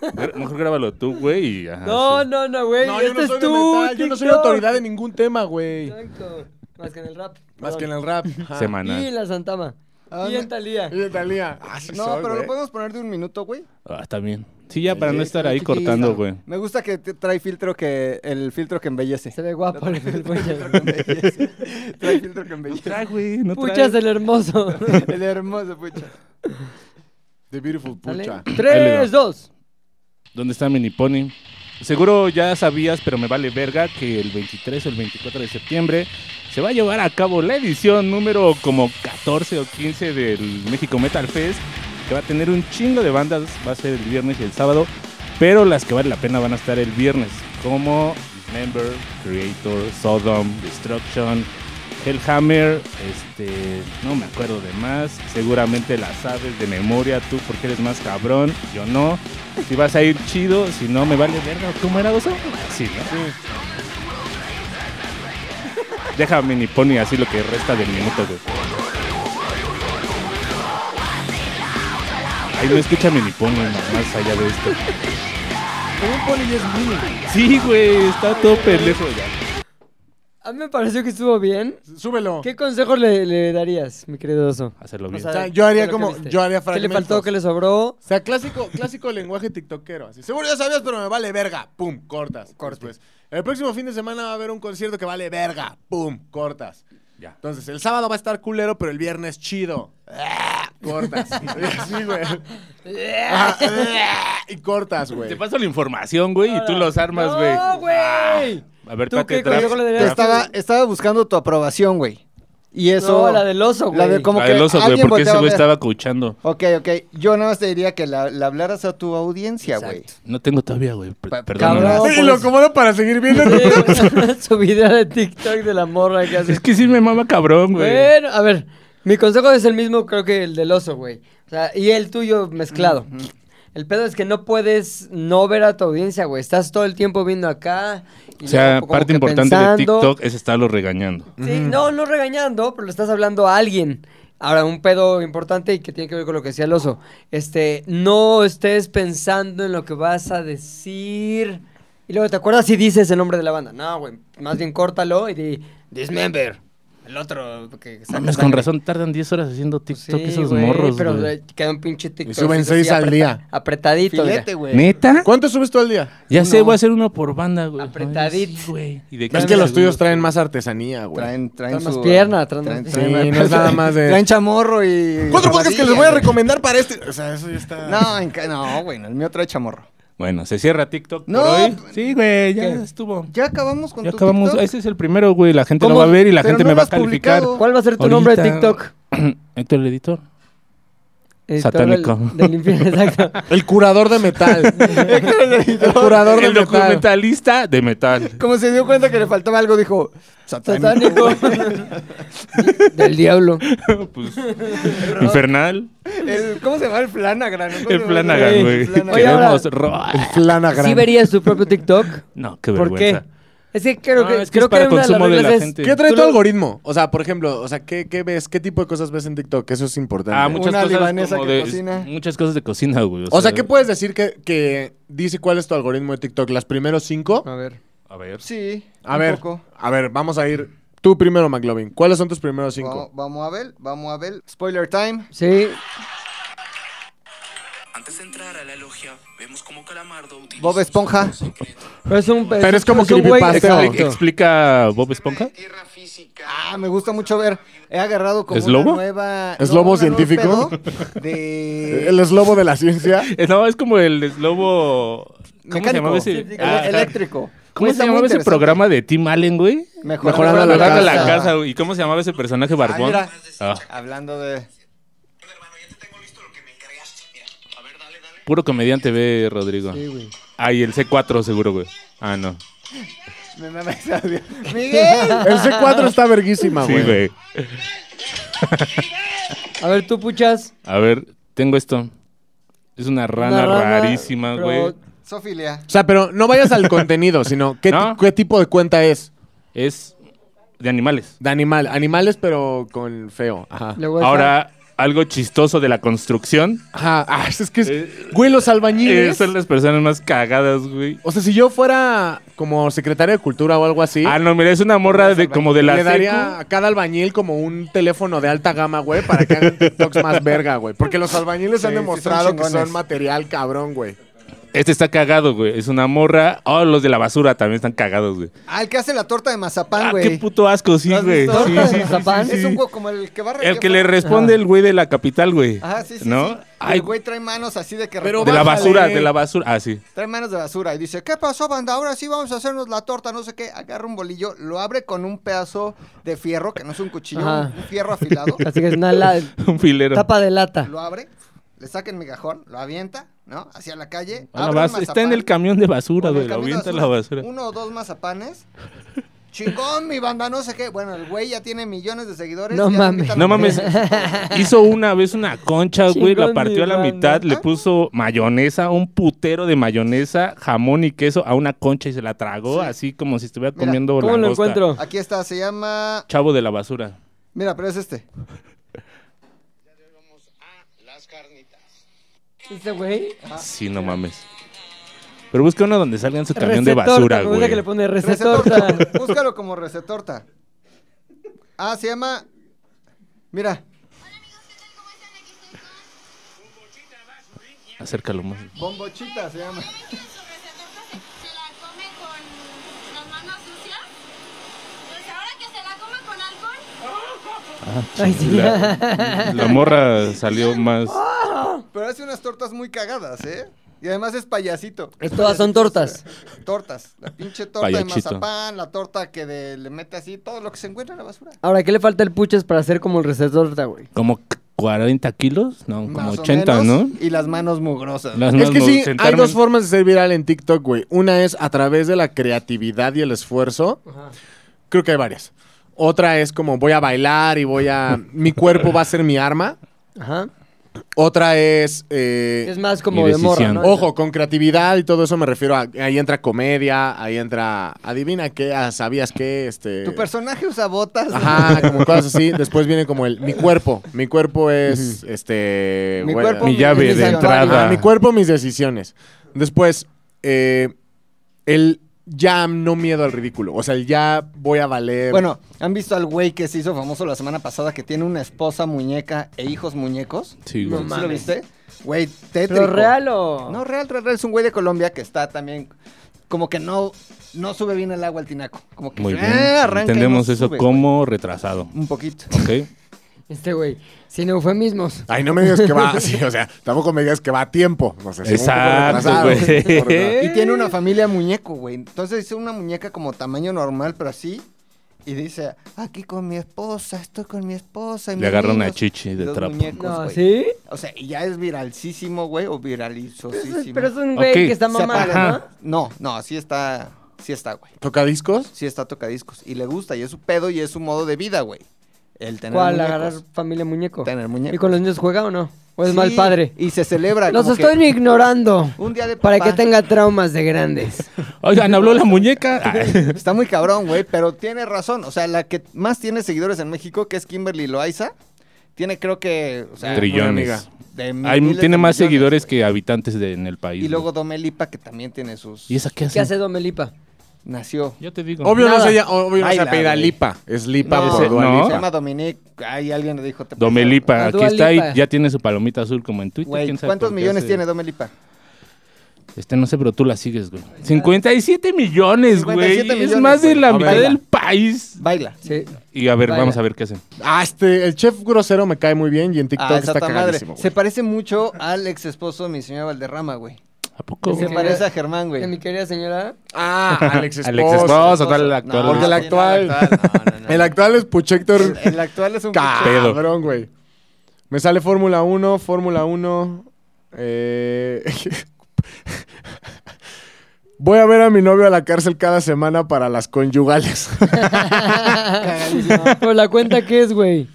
Speaker 4: gra- Mejor grábalo tú, güey. y ajá,
Speaker 1: No,
Speaker 4: sí.
Speaker 1: no, no, güey.
Speaker 2: No, yo
Speaker 1: este
Speaker 2: no
Speaker 1: es
Speaker 2: soy de
Speaker 1: tu
Speaker 2: metal, Yo no soy
Speaker 1: TikTok.
Speaker 2: autoridad de ningún tema, güey.
Speaker 1: Exacto. Más que en el rap.
Speaker 2: Más que en el rap. Ajá.
Speaker 4: Semanal.
Speaker 1: Y en la Santama.
Speaker 3: Ah,
Speaker 1: Y en
Speaker 3: no.
Speaker 1: Talía.
Speaker 2: Y en Talía. Ah, sí
Speaker 3: No,
Speaker 2: soy,
Speaker 3: pero
Speaker 2: güey.
Speaker 3: lo podemos poner de un minuto, güey.
Speaker 4: Ah, está bien. Sí, ya para no estar ahí
Speaker 3: Sí,
Speaker 4: cortando,
Speaker 3: está.
Speaker 4: güey.
Speaker 3: Me gusta que te trae filtro que. El filtro que embellece.
Speaker 1: Se ve guapo el- el
Speaker 3: Trae
Speaker 1: puchas.
Speaker 3: filtro que embellece. Trae filtro que embellece.
Speaker 4: Trae, güey. No trae.
Speaker 1: Puchas el hermoso.
Speaker 3: El hermoso, pucha.
Speaker 2: The Beautiful
Speaker 1: Dale.
Speaker 2: Pucha.
Speaker 1: Tres, dos.
Speaker 4: ¿Dónde está Mini Pony? Seguro ya sabías, pero me vale verga, que el 23 o el 24 de septiembre se va a llevar a cabo la edición número como 14 o 15 del México Metal Fest, que va a tener un chingo de bandas, va a ser el viernes y el sábado, pero las que vale la pena van a estar el viernes, como Dismember, Creator, Sodom, Destruction, Hellhammer, este, no me acuerdo de más, seguramente las sabes de memoria tú porque eres más cabrón, yo no. Si vas a ir chido, si no me vale verga, ¿cómo era oso? Sí, ¿no? Deja mini pony así lo que resta del minuto, güey. Ay, no escucha mini pony más allá de esto. Sí, güey, está todo pendejo ya.
Speaker 1: A mí me pareció que estuvo bien.
Speaker 2: Súbelo.
Speaker 1: ¿Qué consejos le, le darías, mi querido oso?
Speaker 4: Hacerlo
Speaker 1: O
Speaker 4: bien.
Speaker 1: sea,
Speaker 2: sea, Ah, yo haría
Speaker 1: de lo que
Speaker 2: como-
Speaker 1: viste.
Speaker 2: yo haría
Speaker 1: ¿Qué le faltó?
Speaker 2: fragmentos.
Speaker 1: ¿Qué le sobró?
Speaker 2: O sea, clásico, clásico lenguaje tiktokero. Así, seguro ya sabías, pero me vale verga. Pum, cortas. Cortes. El próximo fin de semana va a haber un concierto que vale verga. Pum, cortas.
Speaker 4: Ya.
Speaker 2: Entonces, el sábado va a estar culero, pero el viernes chido. Ah, Cortas. Y así, güey. Ah, ah, Y cortas, güey.
Speaker 4: Te paso la información, güey, y tú los armas, güey.
Speaker 1: ¡No, güey!
Speaker 4: A ver,
Speaker 1: ¿Tú
Speaker 4: Pate,
Speaker 1: qué
Speaker 4: draft-
Speaker 1: consejo le
Speaker 3: Te
Speaker 1: darías?
Speaker 4: draft.
Speaker 3: estaba, estaba buscando tu aprobación, güey. Y eso.
Speaker 1: No, la del oso, güey.
Speaker 3: La de como
Speaker 4: La
Speaker 3: que.
Speaker 4: del oso, güey,
Speaker 3: alguien
Speaker 4: porque ese
Speaker 3: volteaba
Speaker 4: güey
Speaker 3: a ver.
Speaker 4: estaba coachando.
Speaker 3: Ok, ok. Yo nada más te diría que la, la hablaras a tu audiencia, güey.
Speaker 4: No tengo todavía, güey.
Speaker 3: Pa-
Speaker 4: per- Perdóname.
Speaker 1: cabrón.
Speaker 2: Y lo acomodo para seguir viendo.
Speaker 1: Sí, güey, su video de TikTok de la morra que hace.
Speaker 4: Es que sí me mama cabrón, güey.
Speaker 1: Bueno, a ver, mi consejo es el mismo, creo que el del oso, güey. O sea, y el tuyo mezclado. El pedo es que no puedes no ver a tu audiencia, güey. Estás todo el tiempo viendo acá. y
Speaker 4: O sea,
Speaker 1: luego como
Speaker 4: parte
Speaker 1: que
Speaker 4: importante de
Speaker 1: pensando.
Speaker 4: TikTok es estarlo regañando.
Speaker 1: Sí, no, no regañando, pero le estás hablando a alguien. Ahora, un pedo importante y que tiene que ver con lo que decía el oso. Este, no estés pensando en lo que vas a decir. Y luego, ¿te acuerdas si dices el nombre de la banda? No, güey. Más bien córtalo y di, Dismember.
Speaker 3: El otro. Que saca
Speaker 4: Mames, con
Speaker 3: sangre.
Speaker 4: razón tardan 10 horas haciendo TikTok
Speaker 1: Pues Sí,
Speaker 4: esos
Speaker 1: güey,
Speaker 4: morros,
Speaker 1: pero
Speaker 4: güey.
Speaker 1: eh, queda un pinche TikTok.
Speaker 2: suben seis al día.
Speaker 1: Apretadito, mira.
Speaker 3: Filete, güey.
Speaker 4: ¿Neta?
Speaker 2: ¿Cuánto subes tú al día?
Speaker 4: Ya sé, voy a hacer uno por banda, güey. Ay,
Speaker 1: Apretadito.
Speaker 4: sí, güey. Y de
Speaker 2: Es
Speaker 4: 15
Speaker 2: que los tuyos
Speaker 4: segundos.
Speaker 2: traen más artesanía, güey.
Speaker 3: Traen, traen
Speaker 1: Traen más
Speaker 3: su-
Speaker 1: pierna, traen más-
Speaker 2: Sí, no es nada más de-
Speaker 3: Traen chamorro y.
Speaker 2: Cuatro podcasts que les voy a
Speaker 3: güey.
Speaker 2: recomendar para este. O sea, eso ya está.
Speaker 3: No, en ca- no, güey, no, el mío trae chamorro.
Speaker 4: Bueno, se cierra TikTok
Speaker 3: No,
Speaker 4: por hoy.
Speaker 3: p-
Speaker 4: Sí, güey, ya
Speaker 1: ¿Qué?
Speaker 4: estuvo.
Speaker 3: Ya acabamos con
Speaker 4: Ya
Speaker 3: tu
Speaker 4: acabamos.
Speaker 3: TikTok?
Speaker 4: Ese es el primero, güey. La gente lo
Speaker 3: ¿Cómo?
Speaker 4: va a ver y la
Speaker 3: Pero
Speaker 4: gente
Speaker 3: no
Speaker 4: me
Speaker 3: lo
Speaker 4: va a
Speaker 3: has
Speaker 4: calificar.
Speaker 3: publicado.
Speaker 1: ¿Cuál va a ser tu nombre de
Speaker 4: Ahorita-
Speaker 1: TikTok?
Speaker 4: Héctor, el editor.
Speaker 1: Editor
Speaker 4: Satánico.
Speaker 1: Del, del infierno, exacto.
Speaker 2: El curador de metal. el curador de
Speaker 4: El
Speaker 2: metal.
Speaker 4: documentalista de metal.
Speaker 3: Como se dio cuenta que le faltaba algo, dijo: Satánico.
Speaker 1: Satánico. del diablo.
Speaker 4: Pues, infernal.
Speaker 3: El- ¿Cómo se llama el Flanagan? ¿no? ¿Cómo se
Speaker 4: El
Speaker 3: llama?
Speaker 4: Flanagan, güey.
Speaker 3: Flanagan.
Speaker 1: Oye, ahora-
Speaker 4: Queremos rock.
Speaker 1: ¿Sí
Speaker 2: Flanagrán.
Speaker 1: verías tu propio TikTok?
Speaker 4: No, qué
Speaker 1: ¿Por
Speaker 4: vergüenza.
Speaker 1: qué? Es que creo
Speaker 4: No,
Speaker 1: que,
Speaker 4: es que
Speaker 1: creo
Speaker 4: es para
Speaker 1: que una de las
Speaker 4: consumo de
Speaker 1: reglas
Speaker 4: la
Speaker 1: es-
Speaker 4: gente.
Speaker 2: ¿Qué trae
Speaker 1: Tú
Speaker 2: tu
Speaker 1: lo-
Speaker 2: algoritmo? O sea, por ejemplo, o sea, ¿qué, qué ves? ¿Qué tipo de cosas ves en TikTok? Eso es importante.
Speaker 4: Ah, muchas
Speaker 3: Una
Speaker 4: cosas
Speaker 3: libanesa
Speaker 4: como
Speaker 3: que
Speaker 4: de-
Speaker 3: cocina.
Speaker 4: Muchas cosas de cocina, güey.
Speaker 2: o sea, ¿qué puedes decir que, que dice cuál es tu algoritmo de TikTok? ¿Las primeros cinco?
Speaker 1: A ver.
Speaker 4: A ver.
Speaker 3: Sí.
Speaker 2: A
Speaker 3: un
Speaker 2: ver,
Speaker 3: poco.
Speaker 2: a ver, vamos a ir. Tú primero, McLovin. ¿Cuáles son tus primeros
Speaker 3: Vamos,
Speaker 2: cinco?
Speaker 3: vamos a ver, vamos a ver. Spoiler time.
Speaker 1: Sí.
Speaker 7: Antes de entrar a la logia, vemos como Calamardo utiliza
Speaker 3: Bob
Speaker 7: un
Speaker 3: Esponja.
Speaker 7: secreto.
Speaker 1: Pero es un
Speaker 2: Pero es como
Speaker 1: un güey-
Speaker 2: creepypasta.
Speaker 1: Exacto.
Speaker 4: ¿Explica Bob Esponja?
Speaker 7: Tierra física.
Speaker 3: Ah, me gusta mucho ver. He agarrado como
Speaker 4: ¿Es
Speaker 3: una
Speaker 4: lobo?
Speaker 3: nueva.
Speaker 2: ¿Es
Speaker 3: no,
Speaker 2: lobo
Speaker 3: una nueva
Speaker 2: científico?
Speaker 3: pedo De.
Speaker 2: Eh, El eslobo de la ciencia.
Speaker 4: Eh, No, es como el eslobo. ¿Cómo se llamaba ese?
Speaker 3: Mecánico,
Speaker 4: Ah,
Speaker 3: el- eléctrico.
Speaker 4: ¿Cómo
Speaker 3: Está
Speaker 4: se
Speaker 3: muy
Speaker 4: llamaba ese
Speaker 3: interesante.
Speaker 4: programa de Tim Allen, güey?
Speaker 3: Mejorando,
Speaker 2: Mejorando la
Speaker 4: Hablando de la
Speaker 2: casa.
Speaker 4: casa, güey. ¿Y cómo se llamaba ese personaje barbón?
Speaker 3: mira.
Speaker 4: Ah,
Speaker 3: Hablando de.
Speaker 7: Bueno, hermano, ya te tengo listo lo que me encargaste. Mira, a ver, dale, dale.
Speaker 4: puro comediante ve, Rodrigo. Ah, y el C4 seguro, güey. Ah, no.
Speaker 3: Me mama ese audio. ¡Miguel!
Speaker 2: El C4 está verguísima,
Speaker 4: Sí,
Speaker 2: güey.
Speaker 4: güey.
Speaker 1: A ver, tú puchas.
Speaker 4: A ver, tengo esto. Es una rana,
Speaker 1: Una rana,
Speaker 4: rarísima,
Speaker 1: pero-
Speaker 4: güey.
Speaker 3: Sofilia.
Speaker 2: o sea, pero no vayas al contenido, sino ¿qué, ti-
Speaker 4: ¿No?
Speaker 2: qué tipo de cuenta es
Speaker 4: Es de animales.
Speaker 2: de animal. Animales, pero con feo. Ajá.
Speaker 1: Le voy a
Speaker 4: Ahora, algo chistoso de la construcción.
Speaker 2: Ajá. Ah, es que es.
Speaker 4: Eh,
Speaker 2: güey, los albañiles.
Speaker 4: Eh, son las personas más cagadas, güey.
Speaker 2: O sea, si yo fuera como secretario de cultura o algo así,
Speaker 4: Ah, no, mira, es una morra de, como de la
Speaker 2: le daría
Speaker 4: secu.
Speaker 2: a cada albañil como un teléfono de alta gama, güey, para que hagan TikToks más verga, güey. Porque los albañiles
Speaker 3: Sí,
Speaker 2: han
Speaker 3: sí,
Speaker 2: demostrado
Speaker 3: son
Speaker 2: que son
Speaker 3: chingones.
Speaker 2: material cabrón, güey.
Speaker 4: Este está cagado, güey. Es una morra. Oh, los de la basura también están cagados, güey.
Speaker 3: Ah, el que hace la torta de mazapán,
Speaker 4: Ah,
Speaker 3: güey.
Speaker 4: qué puto asco, sí,
Speaker 3: ¿Lo has
Speaker 4: güey.
Speaker 3: visto?
Speaker 4: Sí,
Speaker 1: Torta de
Speaker 4: sí, sí,
Speaker 1: mazapán.
Speaker 4: sí, sí.
Speaker 3: Es un güey como el que va
Speaker 4: El que le responde el güey de la capital, güey.
Speaker 3: Ajá, sí, sí.
Speaker 4: ¿No?
Speaker 3: sí.
Speaker 4: Ay,
Speaker 3: el güey trae manos así de que
Speaker 2: Pero
Speaker 4: de la
Speaker 2: bájale.
Speaker 4: basura, de la basura. Ah, sí.
Speaker 3: Trae manos de basura y dice, ¿qué pasó, banda? Ahora sí vamos a hacernos la torta, no sé qué. Agarra un bolillo, lo abre con un pedazo de fierro, que no es un cuchillo,
Speaker 1: Ajá.
Speaker 3: un fierro afilado.
Speaker 1: Así que es una la-
Speaker 4: Un filero.
Speaker 1: tapa de lata.
Speaker 3: lo abre, le saca el migajón, lo avienta, ¿no? Hacia la calle.
Speaker 4: A la
Speaker 3: abre un
Speaker 4: basura. Está en
Speaker 3: Ah, mazapán,
Speaker 4: el camión de basura,
Speaker 3: con el
Speaker 4: güey. Lo
Speaker 3: camión de
Speaker 4: avienta a la basura.
Speaker 3: Uno o dos mazapanes. Chingón, mi banda, no sé qué. Bueno, el güey ya tiene millones de seguidores.
Speaker 1: No
Speaker 3: ya lo
Speaker 1: mames.
Speaker 3: invitan a
Speaker 4: No
Speaker 3: comer.
Speaker 4: mames. Hizo una vez una concha, güey. La
Speaker 1: Chingón, mi
Speaker 4: partió a la
Speaker 1: banda.
Speaker 4: mitad, le puso mayonesa, un putero de mayonesa, jamón y queso a una concha y se la tragó así como si estuviera
Speaker 3: Mira,
Speaker 4: comiendo
Speaker 1: ¿Cómo lo
Speaker 4: langosta.
Speaker 1: encuentro?
Speaker 3: Aquí está, se llama...
Speaker 4: Chavo de la basura.
Speaker 3: Mira, pero es este.
Speaker 1: Este güey.
Speaker 4: Sí, no mames. Pero busca uno donde salga en su camión de
Speaker 1: Recetorta,
Speaker 4: basura,
Speaker 1: me gusta
Speaker 4: güey.
Speaker 1: que le pone
Speaker 3: Recetorta.
Speaker 1: recetorta.
Speaker 3: Búscalo como recetorta. Ah, se llama... Mira,
Speaker 4: Acércalo más.
Speaker 3: bombochita se llama.
Speaker 8: Miren su recetorta, se, se la come con las manos sucias. Pues ahora que se la come con alcohol,
Speaker 1: Ay, sí.
Speaker 4: La, la morra salió más.
Speaker 3: Pero hace unas tortas muy cagadas, ¿eh? Y además es payasito.
Speaker 1: Todas son tortas.
Speaker 3: Tortas. La pinche torta de
Speaker 4: Payachito.
Speaker 3: mazapán, la torta que de- le mete así, todo lo que se encuentra en la basura.
Speaker 1: Ahora, ¿qué le falta al puchas para hacer como el recetorta, güey?
Speaker 4: Como 40 kilos, no, como
Speaker 3: Más o
Speaker 4: 80,
Speaker 3: menos,
Speaker 4: ¿no?
Speaker 3: Y las manos mugrosas.
Speaker 4: Las
Speaker 2: Es
Speaker 4: más
Speaker 2: que sí, hay
Speaker 4: sentarme-
Speaker 2: dos formas de ser viral en TikTok, güey. Una es a través de la creatividad y el esfuerzo. Creo que hay varias. Otra es como voy a bailar y voy a... mi cuerpo va a ser mi arma.
Speaker 1: Ajá.
Speaker 2: Otra es... eh,
Speaker 1: Es más como
Speaker 4: Mi
Speaker 1: de morra,
Speaker 4: decisión.
Speaker 1: ¿no?
Speaker 2: Ojo, con creatividad y todo eso me refiero a... Ahí entra comedia, ahí entra... Adivina qué, ah, sabías qué, este...
Speaker 3: Tu personaje usa botas.
Speaker 2: Ajá, como cosas así. Después viene como el... Mi cuerpo. Mi cuerpo es, este...
Speaker 3: Mi
Speaker 2: güey,
Speaker 3: cuerpo,
Speaker 4: Mi
Speaker 3: mis
Speaker 4: llave de
Speaker 3: decisiones.
Speaker 2: Ajá,
Speaker 4: entrada.
Speaker 2: mi cuerpo, mis decisiones. Después, eh, el ya no miedo al ridículo. O sea, el ya voy a valer.
Speaker 3: Bueno, ¿han visto al güey que se hizo famoso la semana pasada que tiene una esposa muñeca e hijos muñecos?
Speaker 4: Sí,
Speaker 1: No
Speaker 4: güey.
Speaker 3: ¿Sí lo
Speaker 1: mames.
Speaker 3: viste? Güey, tétrico.
Speaker 1: ¿Pero real o...?
Speaker 3: No, real, real, real. Es un güey de Colombia que está también como que no, no sube bien el agua al tinaco. Como que
Speaker 4: Muy
Speaker 3: ah,
Speaker 4: bien.
Speaker 3: arranca y
Speaker 4: Entendemos
Speaker 3: no
Speaker 4: eso
Speaker 3: sube,
Speaker 4: como retrasado.
Speaker 3: güey. Un poquito.
Speaker 4: ¿Ok?
Speaker 9: Este güey, sin eufemismos.
Speaker 4: Ah,
Speaker 2: Ay, no me digas que va. sí, o sea, tampoco me digas que va a tiempo. No sé, es un poco
Speaker 4: Exacto,
Speaker 2: retrasado.
Speaker 4: güey.
Speaker 3: Y tiene
Speaker 1: Eh.
Speaker 3: una familia muñeco, güey. Entonces hizo una muñeca como tamaño normal, pero así. Y dice, aquí con mi esposa, estoy con mi esposa. y
Speaker 4: Le
Speaker 3: mis
Speaker 4: agarra una
Speaker 3: niños".
Speaker 4: chichi de
Speaker 3: Los
Speaker 4: trapo.
Speaker 3: muñecos,
Speaker 1: No,
Speaker 3: güey.
Speaker 1: ¿sí?
Speaker 3: O sea, y ya es viralísimo, güey, o
Speaker 1: Eso es-
Speaker 3: viralizosísimo.
Speaker 1: Pero es un güey
Speaker 4: Ok.
Speaker 1: que está
Speaker 3: Se
Speaker 1: mamado,
Speaker 3: apaga.
Speaker 1: ¿no?
Speaker 3: No, no, sí está, sí está, güey.
Speaker 2: ¿Tocadiscos?
Speaker 3: Sí está tocadiscos. Y le gusta, y es su pedo, y es su modo de vida, güey. El tener
Speaker 1: ¿Cuál?
Speaker 3: muñecos.
Speaker 1: ¿Agarrar familia muñeco?
Speaker 3: Tener muñecos.
Speaker 1: ¿Y con los niños juega o no? ¿O es
Speaker 3: Sí,
Speaker 1: mal padre?
Speaker 3: Y se celebra.
Speaker 1: Los
Speaker 3: como que
Speaker 1: estoy ignorando
Speaker 3: Un día de
Speaker 1: para
Speaker 3: papá.
Speaker 1: que tenga traumas de grandes.
Speaker 4: Oigan, habló la muñeca. Ay.
Speaker 3: Está muy cabrón, güey, pero tiene razón. O sea, la que más tiene seguidores en México, que es Kimberly Loaiza, tiene creo que... O sea,
Speaker 4: Trillones.
Speaker 3: de
Speaker 4: Hay-
Speaker 3: miles
Speaker 4: tiene
Speaker 3: de millones,
Speaker 4: más seguidores
Speaker 3: güey.
Speaker 4: que habitantes de- en el país.
Speaker 3: Y luego
Speaker 4: güey.
Speaker 3: Domelipa, que también tiene sus...
Speaker 4: ¿Y esa qué hace?
Speaker 1: ¿Qué hace Domelipa?
Speaker 3: Nació.
Speaker 4: Yo te digo.
Speaker 2: Obvio
Speaker 1: Nada.
Speaker 2: no, se, lla- obvio no se
Speaker 3: Baila,
Speaker 2: apellida
Speaker 3: güey.
Speaker 2: Lipa. Es Lipa
Speaker 3: No,
Speaker 2: por
Speaker 4: ese-
Speaker 2: Dua
Speaker 4: no.
Speaker 2: Lipa.
Speaker 3: Se llama Dominique. Ay, alguien le dijo... te pasó.
Speaker 4: Domelipa,
Speaker 1: Ah,
Speaker 4: aquí
Speaker 1: Dua
Speaker 4: está y
Speaker 1: Lipa.
Speaker 4: ya tiene su palomita azul como en Twitter.
Speaker 3: Güey,
Speaker 4: quién sabe
Speaker 3: ¿cuántos
Speaker 4: por qué
Speaker 3: millones
Speaker 4: hace-
Speaker 3: tiene Domelipa?
Speaker 4: Este no sé, pero tú la sigues, güey. 57 millones, güey.
Speaker 3: 57
Speaker 4: es
Speaker 3: millones,
Speaker 4: más de
Speaker 3: güey.
Speaker 4: la
Speaker 3: A ver,
Speaker 4: mitad
Speaker 3: baila.
Speaker 4: del país.
Speaker 3: Baila.
Speaker 1: Sí.
Speaker 4: Y a ver,
Speaker 1: Baila.
Speaker 4: vamos a ver qué hacen.
Speaker 2: Ah, este, el chef grosero me cae muy bien y en TikTok
Speaker 3: Ah,
Speaker 2: está
Speaker 3: santa madre.
Speaker 2: cagadísimo. güey.
Speaker 3: Se parece mucho al ex esposo de mi señora Valderrama, güey.
Speaker 4: ¿A poco?
Speaker 1: Sí,
Speaker 3: Se
Speaker 4: güey?
Speaker 1: güey.
Speaker 3: parece a Germán, güey.
Speaker 1: ¿Que mi querida señora?
Speaker 2: Ah, Alex Esposo.
Speaker 4: Alex Esposo, tal, el
Speaker 3: No,
Speaker 4: actual.
Speaker 2: Porque el
Speaker 3: no,
Speaker 2: actual.
Speaker 3: no, no, no, no.
Speaker 2: El actual es Puchector.
Speaker 3: El actual es un
Speaker 4: pedo.
Speaker 2: Cabrón, güey. Me sale Fórmula 1, Fórmula 1. eh, Voy a ver a mi novio a la cárcel cada semana para las conyugales.
Speaker 1: Pues la cuenta que es, güey.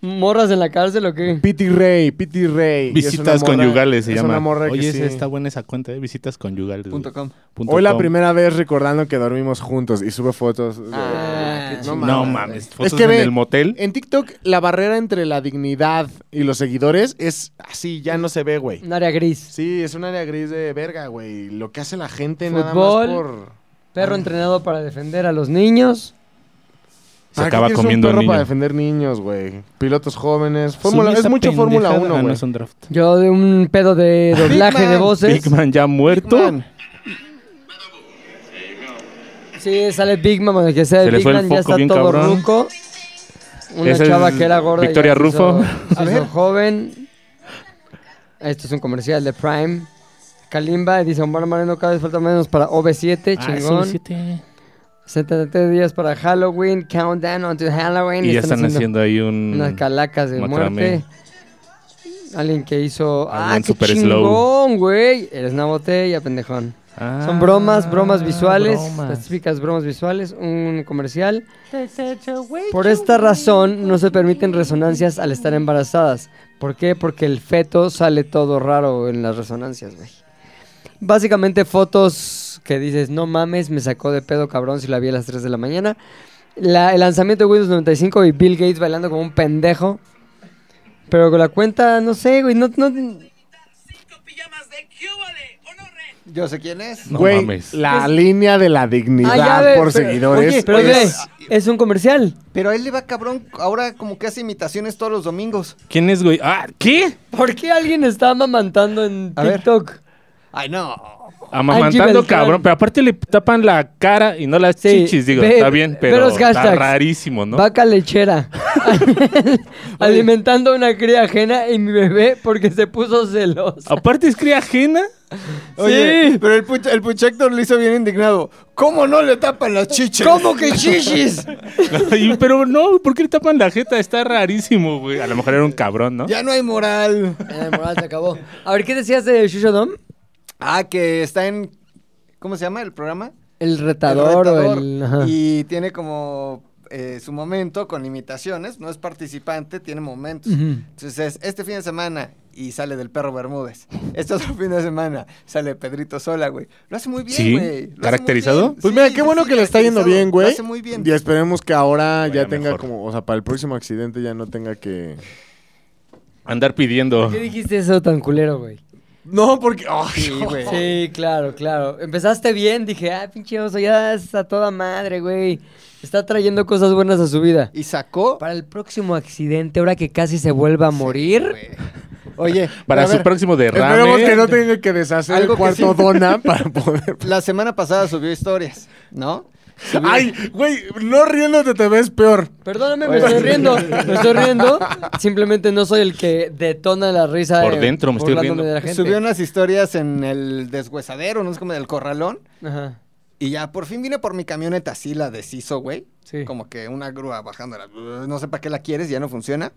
Speaker 1: ¿Morras en la cárcel o qué?
Speaker 2: Pity Rey, Pity Rey. Y es una
Speaker 4: Visitas
Speaker 2: morra-
Speaker 4: conyugales se
Speaker 2: es
Speaker 4: llama.
Speaker 2: una morra
Speaker 4: Oye,
Speaker 2: que
Speaker 4: esa
Speaker 2: sí.
Speaker 4: está buena esa cuenta, ¿eh? Visitas conyugales. güey.
Speaker 3: Punto com.
Speaker 4: Punto
Speaker 2: Hoy la
Speaker 4: com.
Speaker 2: primera vez recordando que dormimos juntos y sube fotos. de-
Speaker 1: Ah,
Speaker 2: no
Speaker 4: No
Speaker 2: mames.
Speaker 4: mames,
Speaker 2: Es
Speaker 4: fotos
Speaker 2: que
Speaker 4: en
Speaker 2: ve, eh,
Speaker 4: el motel.
Speaker 2: en TikTok la barrera entre la dignidad y los seguidores es así, ya no se ve, güey.
Speaker 1: Un área gris.
Speaker 2: Sí, es un área gris de verga, güey. Lo que hace la gente
Speaker 1: Fútbol.
Speaker 2: nada más por...
Speaker 4: Ah.
Speaker 1: Perro entrenado para defender a los niños.
Speaker 4: Se
Speaker 2: ¿Para qué
Speaker 4: acaba
Speaker 2: quieres
Speaker 4: comiendo
Speaker 2: un
Speaker 4: al
Speaker 2: perro para
Speaker 4: niño.
Speaker 2: defender niños, güey. Pilotos jóvenes. Fórmula,
Speaker 4: Sube
Speaker 2: es
Speaker 4: esa
Speaker 2: mucho Fórmula
Speaker 4: pendejada.
Speaker 2: 1,
Speaker 4: Ah, no
Speaker 2: güey.
Speaker 4: es un draft.
Speaker 1: Yo de un pedo de doblaje
Speaker 3: Man.
Speaker 1: de voces.
Speaker 4: Big Man ya muerto.
Speaker 3: Man.
Speaker 1: Sí, sale Big Mom, de que sea
Speaker 4: Se
Speaker 1: de
Speaker 4: le
Speaker 1: Big
Speaker 4: fue el
Speaker 1: Man, ya
Speaker 4: foco
Speaker 1: está
Speaker 4: bien
Speaker 1: todo
Speaker 4: cabrón.
Speaker 1: ruco. Una
Speaker 4: Esa es
Speaker 1: chava que era gorda.
Speaker 4: Victoria
Speaker 1: ya se
Speaker 4: Rufo.
Speaker 1: hizo- se hizo joven. Esto es un comercial de Prime. Kalimba dice: Omar Moreno, cada vez falta menos para OV7,
Speaker 4: Ah, es un
Speaker 1: chingón.
Speaker 4: siete.
Speaker 1: 73 días para Halloween, countdown onto Halloween.
Speaker 4: Y ya están haciendo ahí un...
Speaker 1: unas calacas de
Speaker 4: macramé.
Speaker 1: muerte. Alguien que hizo.
Speaker 4: Algún
Speaker 1: ¡Ah, qué
Speaker 4: super slow.
Speaker 1: chingón, güey! Eres una botella, pendejón.
Speaker 4: Ah,
Speaker 1: Son bromas, bromas visuales,
Speaker 4: bromas.
Speaker 1: las típicas bromas visuales, un comercial. Por esta razón no se permiten resonancias al estar embarazadas. ¿Por qué? Porque el feto sale todo raro en las resonancias, güey. Básicamente fotos que dices, no mames, me sacó de pedo cabrón si la vi a las 3 de la mañana. La- el lanzamiento de Windows 95 y Bill Gates bailando como un pendejo. Pero con la cuenta, no sé, güey, no... no
Speaker 3: Yo sé quién es.
Speaker 4: No
Speaker 2: Güey,
Speaker 4: mames.
Speaker 2: la línea de la
Speaker 1: Ah,
Speaker 2: dignidad
Speaker 1: ya ve,
Speaker 2: por
Speaker 1: pero-
Speaker 2: seguidores
Speaker 1: oye, pero
Speaker 2: es...
Speaker 1: ve, es un comercial.
Speaker 3: Pero a él le va cabrón. Ahora como que hace imitaciones todos los domingos.
Speaker 4: ¿Quién es, güey? Ah, ¿qué?
Speaker 1: ¿Por qué alguien está amamantando en
Speaker 3: A ver.
Speaker 1: TikTok?
Speaker 3: Ay, no.
Speaker 1: Angie
Speaker 4: Amamantando,
Speaker 1: Beltrán.
Speaker 4: cabrón. Pero aparte le tapan la cara y no las
Speaker 1: Sí,
Speaker 4: chichis. Digo,
Speaker 1: ve-
Speaker 4: está bien,
Speaker 1: ve
Speaker 4: pero
Speaker 1: los
Speaker 4: está
Speaker 1: hashtags.
Speaker 4: rarísimo, ¿no?
Speaker 1: Vaca lechera. Alimentando a una cría ajena y mi bebé porque se puso celosa.
Speaker 4: Aparte es cría ajena.
Speaker 3: Oye,
Speaker 1: Sí.
Speaker 3: pero el, Puch el Puchector lo hizo bien indignado. ¿Cómo no le tapan las chiches?
Speaker 1: ¿Cómo que chichis?
Speaker 4: Y- pero no, ¿por qué le tapan la jeta? Está rarísimo, güey. A lo mejor era un cabrón, ¿no?
Speaker 3: Ya no hay moral.
Speaker 1: Eh, moral, se acabó. A ver, ¿qué decías de Shusho Dom?
Speaker 3: Ah, que está en... ¿Cómo se llama el programa?
Speaker 1: El
Speaker 3: El
Speaker 1: retador, o
Speaker 3: retador.
Speaker 1: el... ajá.
Speaker 3: Y tiene como eh, su momento con imitaciones. No es participante, tiene momentos.
Speaker 1: Ujú.
Speaker 3: Entonces, este fin de semana y sale del perro Bermúdez. Este otro fin de semana sale Pedrito Sola, güey. Lo hace muy bien,
Speaker 4: Sí,
Speaker 3: güey. Lo hace muy
Speaker 4: caracterizado.
Speaker 3: bien.
Speaker 2: Pues
Speaker 3: Sí,
Speaker 2: mira, qué
Speaker 3: sí,
Speaker 2: bueno
Speaker 3: sí,
Speaker 2: que le está yendo
Speaker 3: caracterizado.
Speaker 2: bien, güey.
Speaker 3: Lo hace muy bien.
Speaker 2: Y esperemos que ahora
Speaker 4: Vaya
Speaker 2: ya tenga
Speaker 4: mejor.
Speaker 2: como... O sea, para el próximo accidente ya no tenga que...
Speaker 4: Andar pidiendo.
Speaker 1: ¿Qué dijiste eso tan culero, güey?
Speaker 2: No, porque. ay,
Speaker 3: Sí, güey.
Speaker 1: Sí, claro, claro. Empezaste bien, dije, ah, pinche oso, ya está a toda madre, güey. Está trayendo cosas buenas a su vida.
Speaker 3: Y sacó.
Speaker 1: Para el próximo accidente, ahora que casi se vuelva a morir.
Speaker 3: Oye,
Speaker 4: Para
Speaker 3: pero a
Speaker 4: su
Speaker 3: ver,
Speaker 4: próximo derrame.
Speaker 2: Esperemos que no tenga que deshacer
Speaker 3: Algo
Speaker 2: el
Speaker 3: que
Speaker 2: cuarto
Speaker 3: sí.
Speaker 2: dona para poder.
Speaker 3: la semana pasada subió historias, ¿no? Subió-
Speaker 2: Ay, güey, no riéndote te ves peor.
Speaker 1: Perdóname, me
Speaker 3: Oye.
Speaker 1: estoy riendo. Me estoy riendo. Simplemente no soy el que detona la risa.
Speaker 4: Por
Speaker 1: eh,
Speaker 4: dentro me estoy
Speaker 1: burlándome
Speaker 4: riendo.
Speaker 1: de la gente.
Speaker 3: Subió unas historias en el deshuesadero, no es como del corralón.
Speaker 1: Ajá.
Speaker 3: Y ya por fin vine por mi camioneta, así la deshizo, güey.
Speaker 1: Sí.
Speaker 3: Como que una grúa bajándola. No sé para qué la quieres, ya no funciona.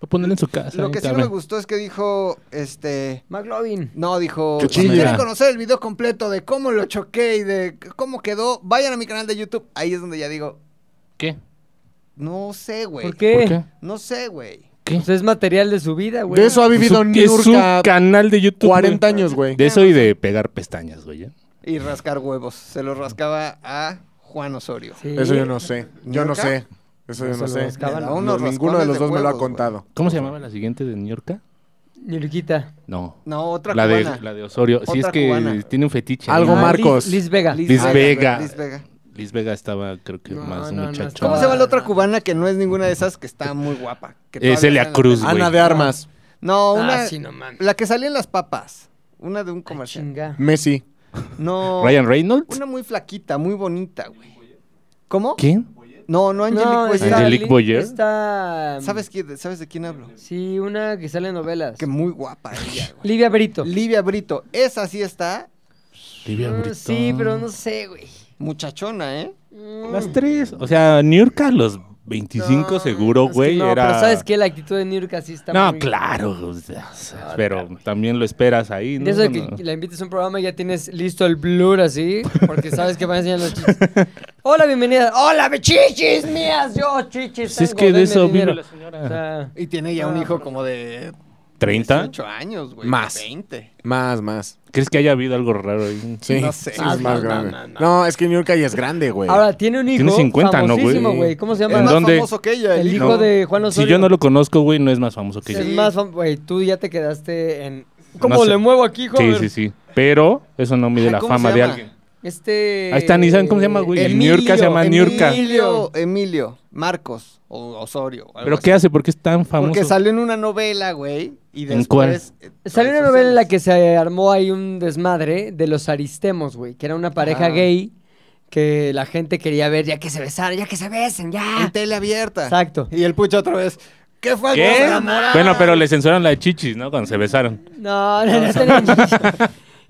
Speaker 4: Voy a ponerle en su casa.
Speaker 3: Lo que sí no
Speaker 4: ahorita,
Speaker 3: me
Speaker 4: ven.
Speaker 3: gustó es que dijo, este.
Speaker 1: McLovin.
Speaker 3: No, dijo.
Speaker 4: Que
Speaker 3: Si
Speaker 4: chilla.
Speaker 3: quieren conocer el video completo de cómo lo choqué y de cómo quedó, vayan a mi canal de YouTube. Ahí es donde ya digo,
Speaker 4: ¿Qué?
Speaker 3: no sé, güey.
Speaker 1: ¿Por
Speaker 4: ¿Por
Speaker 1: qué?
Speaker 4: qué?
Speaker 3: No sé, güey.
Speaker 1: Pues es material de su vida, güey.
Speaker 2: De eso ha vivido
Speaker 4: Pues Su- es su
Speaker 2: Niurka
Speaker 4: canal de YouTube.
Speaker 2: 40
Speaker 4: güey.
Speaker 2: años, güey.
Speaker 4: De eso y de pegar pestañas, güey. ¿eh?
Speaker 3: Y rascar huevos. Se los rascaba a Juan Osorio.
Speaker 1: Sí.
Speaker 2: Eso yo no sé. Yo no
Speaker 3: ¿Niurka?
Speaker 2: sé. Eso yo
Speaker 1: No
Speaker 2: no
Speaker 1: se lo
Speaker 2: sé.
Speaker 1: rascaban.
Speaker 3: Me da unos
Speaker 2: ninguno de los
Speaker 3: rascones de
Speaker 2: dos me lo ha
Speaker 3: huevos, güey.
Speaker 2: contado.
Speaker 4: ¿Cómo se llamaba la siguiente de New York?
Speaker 1: Nirquita.
Speaker 4: No.
Speaker 3: No, otra
Speaker 4: La de,
Speaker 3: cubana.
Speaker 4: la de Osorio. Sí,
Speaker 3: Otra
Speaker 4: es que
Speaker 3: cubana.
Speaker 4: tiene un fetiche.
Speaker 2: Algo
Speaker 4: ¿no?
Speaker 2: más. Marcos.
Speaker 1: Ah, Liz, Liz Vega.
Speaker 4: Liz
Speaker 3: Ah,
Speaker 4: Vega.
Speaker 3: Liz Vega.
Speaker 4: Liz Vega estaba, creo que
Speaker 1: No,
Speaker 4: más
Speaker 1: no, no,
Speaker 4: muchacho.
Speaker 1: estaba-
Speaker 3: ¿Cómo se llama la otra cubana que no es ninguna de esas que está muy guapa? Que todavía
Speaker 4: Eh, Celia
Speaker 3: está en la
Speaker 4: Cruz,
Speaker 3: tele?
Speaker 4: güey.
Speaker 2: Ana de Armas.
Speaker 3: No, una.
Speaker 1: Ah, sí, no mames.
Speaker 3: La que salía en las papas. Una de un
Speaker 1: Ay,
Speaker 3: comercial.
Speaker 1: Ah, chinga.
Speaker 2: Messi.
Speaker 3: No.
Speaker 4: Ryan Reynolds.
Speaker 3: Una muy flaquita, muy bonita, güey. ¿Cómo?
Speaker 4: ¿Quién?
Speaker 3: No, no, Angelique
Speaker 1: No,
Speaker 3: Boyer.
Speaker 1: está
Speaker 4: Angelique
Speaker 1: Lin-
Speaker 4: Boyer.
Speaker 1: Está... um,
Speaker 3: ¿Sabes, quién- ¿Sabes de quién hablo?
Speaker 1: Sí, una que sale en novelas.
Speaker 3: Que muy guapa ella, güey.
Speaker 1: Livia Brito.
Speaker 3: Livia Brito. Esa sí está
Speaker 4: Livia
Speaker 1: Ah,
Speaker 4: Brito.
Speaker 1: Sí, pero no sé, güey.
Speaker 3: muchachona, ¿eh?
Speaker 4: Las tres. O sea, New York a los 25 seguro,
Speaker 1: Es que
Speaker 4: güey.
Speaker 1: no,
Speaker 4: era...
Speaker 1: pero ¿sabes qué? La actitud de Nirka sí está
Speaker 4: No,
Speaker 1: muy-
Speaker 4: claro. o sea, pero también lo esperas ahí, ¿no? pues,
Speaker 1: De eso de que
Speaker 4: No.
Speaker 1: la invites a un programa y ya tienes listo el blur así, porque sabes que van a enseñar los chichis. Hola, bienvenida. Hola, mi chichis mías. Yo, chichis.
Speaker 4: Si es
Speaker 1: tengo,
Speaker 4: que de
Speaker 1: denme
Speaker 4: eso vive
Speaker 1: dinero.
Speaker 4: la
Speaker 1: O
Speaker 4: señora.
Speaker 1: sea,
Speaker 3: Y tiene ya
Speaker 1: Ah.
Speaker 3: un hijo como de
Speaker 4: 30.
Speaker 3: 18 años, güey.
Speaker 2: Más.
Speaker 3: 20.
Speaker 2: Más, más.
Speaker 4: ¿Crees que haya habido algo raro ahí?
Speaker 2: Sí.
Speaker 3: No sé.
Speaker 2: sí
Speaker 1: Ah,
Speaker 2: es más
Speaker 1: no,
Speaker 2: grande.
Speaker 1: no,
Speaker 2: No,
Speaker 1: no.
Speaker 2: es que Niurka ya es grande, güey.
Speaker 1: ahora, tiene un hijo.
Speaker 4: Tiene 50, ¿no, güey?
Speaker 1: famosísimo, güey? ¿Cómo se
Speaker 4: ¿En
Speaker 3: Es
Speaker 1: llama?
Speaker 3: más
Speaker 4: dónde?
Speaker 3: famoso que ella.
Speaker 1: El hijo de Juan Osorio.
Speaker 4: Si yo no lo conozco, güey, no es más famoso que yo.
Speaker 1: Es más, fam- güey, tú ya te quedaste en...
Speaker 4: No
Speaker 1: ¿Cómo
Speaker 4: sé.
Speaker 1: le muevo aquí,
Speaker 4: Sí,
Speaker 1: joven?
Speaker 4: sí, sí. Pero eso no mide
Speaker 3: Ay,
Speaker 4: la
Speaker 3: ¿cómo
Speaker 4: fama
Speaker 3: se
Speaker 4: de
Speaker 3: llama?
Speaker 4: alguien.
Speaker 1: Este...
Speaker 4: Ahí está, ni saben cómo se llama, güey. En Niurka se llama Niurka.
Speaker 3: Emilio, Emilio, Marcos o Osorio. o algo
Speaker 4: ¿Pero
Speaker 3: así.
Speaker 4: qué hace? ¿Por qué es tan famoso?
Speaker 3: Porque salió en una novela, güey. Y
Speaker 4: ¿En
Speaker 3: después.
Speaker 4: cuál?
Speaker 3: eh,
Speaker 1: Salió una
Speaker 3: redes
Speaker 1: novela en la
Speaker 3: sociales.
Speaker 1: que se armó ahí un desmadre de los aristemos, güey, que era una pareja
Speaker 3: Ah.
Speaker 1: gay que la gente quería ver ya que se besaron, ya que se besen,
Speaker 3: En
Speaker 1: ya.
Speaker 3: tele abierta.
Speaker 1: Ah. Exacto.
Speaker 3: Y el pucho otra vez. ¿Qué fue?
Speaker 4: ¿Qué?
Speaker 3: Nos enamoraron.
Speaker 4: Bueno, pero le censuraron la de chichis, ¿no? Cuando se besaron.
Speaker 1: No, no, no tenían chichis.